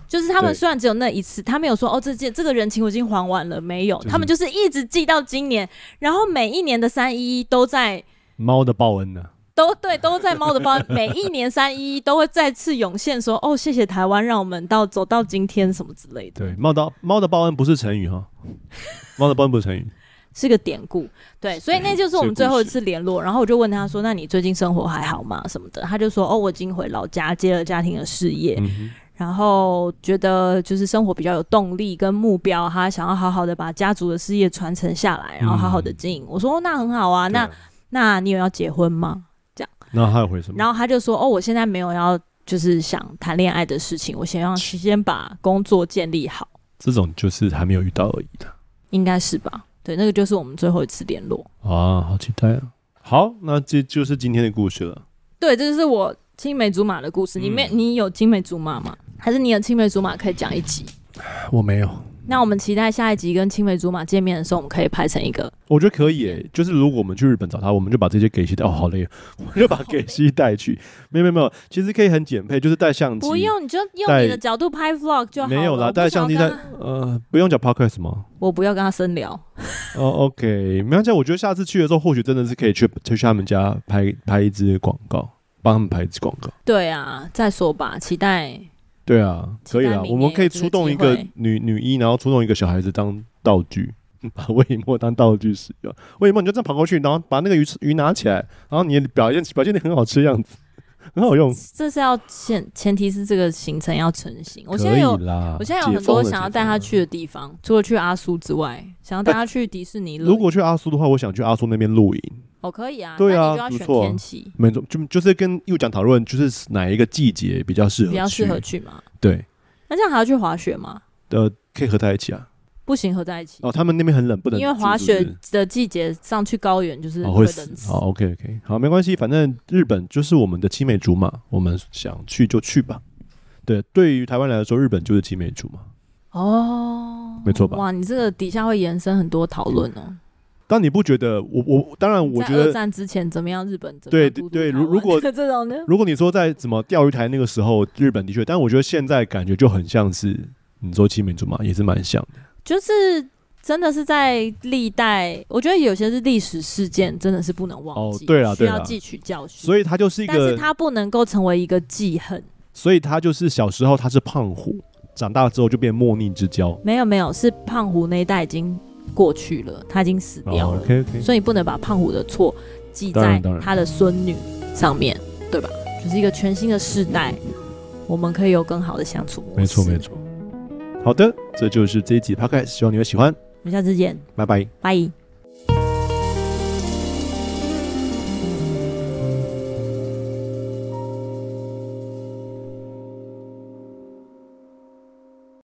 S3: 就是他们
S2: 对
S3: 虽然只有那一次，他没有说哦，这件这个人情我已经还完了，没有，
S2: 就是
S3: 他们就是一直记到今年，然后每一年的三一一都在
S2: 猫的报恩啊呢？
S3: 都对都在猫的包，每一年三一一都会再次涌现说哦，谢谢台湾，让我们到走到今天什么之类的，
S2: 对，猫的猫的报恩不是成
S3: <laughs>
S2: 语哈，猫的报恩不是成语。
S3: 是个典故，对，所以那就是我们最后一次联络。然后我就问他说：“那你最近生活还好吗？什么的？”他就说：“哦，我已经回老家，接了家庭的事业，
S2: 嗯
S3: 然后觉得就是生活比较有动力跟目标，他想要好好的把家族的事业传承下来，然后好好的经营。我说：“哦，那很好啊，
S2: 哼，
S3: 那
S2: 对啊
S3: 那你有要结婚吗
S2: 那他有回什？”么？
S3: 然后他就说：“哦，我现在没有要就是想谈恋爱的事情，我想要先把工作建立好，
S2: 这种就是还没有遇到而已的
S3: 应该是吧？对，那个就是我们最后一次联络。”
S2: 啊，好期待啊！好，那这就是今天的故事了。
S3: 对，这就是我青梅竹马的故事。你没、
S2: 嗯
S3: 你有青梅竹马吗？还是你的青梅竹马可以讲一集？
S2: 我没有，
S3: 那我们期待下一集跟青梅竹马见面的时候，我们可以拍成一个。
S2: 我觉得可以耶，就是如果我们去日本找他，我们就把这些给西带哦，好累哦，我就把给西带去。 <laughs> 没有没有没有，其实可以很简配，就是带相机，
S3: 不用，你就用
S2: 带
S3: 你的角度拍 vlog 就好了。
S2: 没有啦，
S3: 我不
S2: 带相机
S3: 想要
S2: 带
S3: 跟他
S2: 呃，不用讲 podcast 吗？
S3: 我不要跟他深聊。
S2: 哦，OK，没关系，我觉得下次去的时候，或许真的是可以去去他们家拍拍一支广告，帮他们拍一支广告。
S3: 对啊，再说吧，期待。
S2: 对啊，
S3: 期
S2: 可以
S3: 待
S2: 啦，
S3: 明
S2: 我们
S3: 年
S2: 可以
S3: 有这
S2: 出
S3: 个
S2: 动
S3: 机
S2: 一个
S3: 会
S2: 女女一，然后出动一个小孩子当道具， <laughs> 把魏一墨当道具使用。魏一墨你就这样跑过去，然后把那个鱼吃鱼拿起来，然后你表现表现的很好吃的样子， <laughs> 很好用。
S3: 这是要前前提是这个行程要成型。我现
S2: 可
S3: 在
S2: 以
S3: 有。
S2: 啦，
S3: 我现在有
S2: 解
S3: 很多
S2: 封了
S3: 想要
S2: 解
S3: 带
S2: 封
S3: 他
S2: 了
S3: 去的地方，除了去阿苏之外，想要带他去迪士尼乐园。
S2: 哎如果去阿苏的话，我想去阿苏那边露营。
S3: 哦可以啊，
S2: 对啊
S3: 那你就要选
S2: 不错啊
S3: 天气，
S2: 没错，就就是跟右讲讨论，就是哪一个季节比较适合去，
S3: 比较适合去嘛。
S2: 对，
S3: 那这样还要去滑雪吗？
S2: 呃，可以合在一起啊。
S3: 不行，合在一起，
S2: 哦，他们那边很冷，不能
S3: 因为
S2: 住
S3: 滑
S2: 是不是
S3: 雪的季节上去高原就是
S2: 哦，
S3: 会
S2: 会
S3: 冷
S2: 死
S3: 死。
S2: 哦。OK OK，好，没关系，反正日本就是我们的青梅竹马，我们想去就去吧。对，对于台湾来说，日本就是青梅竹马。
S3: 哦，
S2: 没错吧
S3: 哇，你这个底下会延伸很多讨论哦。
S2: 但你不觉得？我我当然，我
S3: 在
S2: 觉
S3: 二
S2: 得，
S3: 战之前怎么样？日本怎么
S2: 对
S3: 样荼毒
S2: 对
S3: 台
S2: 如
S3: 湾
S2: 如
S3: <laughs>
S2: 果
S3: 这种呢？
S2: 如果你说在怎么钓鱼台那个时候，日本的确，但我觉得现在感觉就很像是你说青梅竹马，也是蛮像的。
S3: 就是真的是在历代，我觉得有些是历史事件，真的是不能忘记，
S2: 哦对啦
S3: 需
S2: 对
S3: 要
S2: 啦
S3: 汲取教训。
S2: 所以它就是一
S3: 但是
S2: 个，
S3: 它不能够成为一个记恨。
S2: 所以它就是小时候它是胖虎，长大之后就变莫逆之交。
S3: 没有没有，是胖虎那一代已经过去了，他已经死
S2: 哦
S3: 掉了。
S2: OK OK，
S3: 所以你不能把胖虎的错记
S2: 当
S3: 在
S2: 然当然
S3: 他的孙女上面，对吧？就是一个全新的世代，我们可以有更好的相处模式。
S2: 没错没，错。好的，这就是这一集 podcast，希望你会喜欢，
S3: 我们下次见，
S2: 拜拜。
S3: 拜。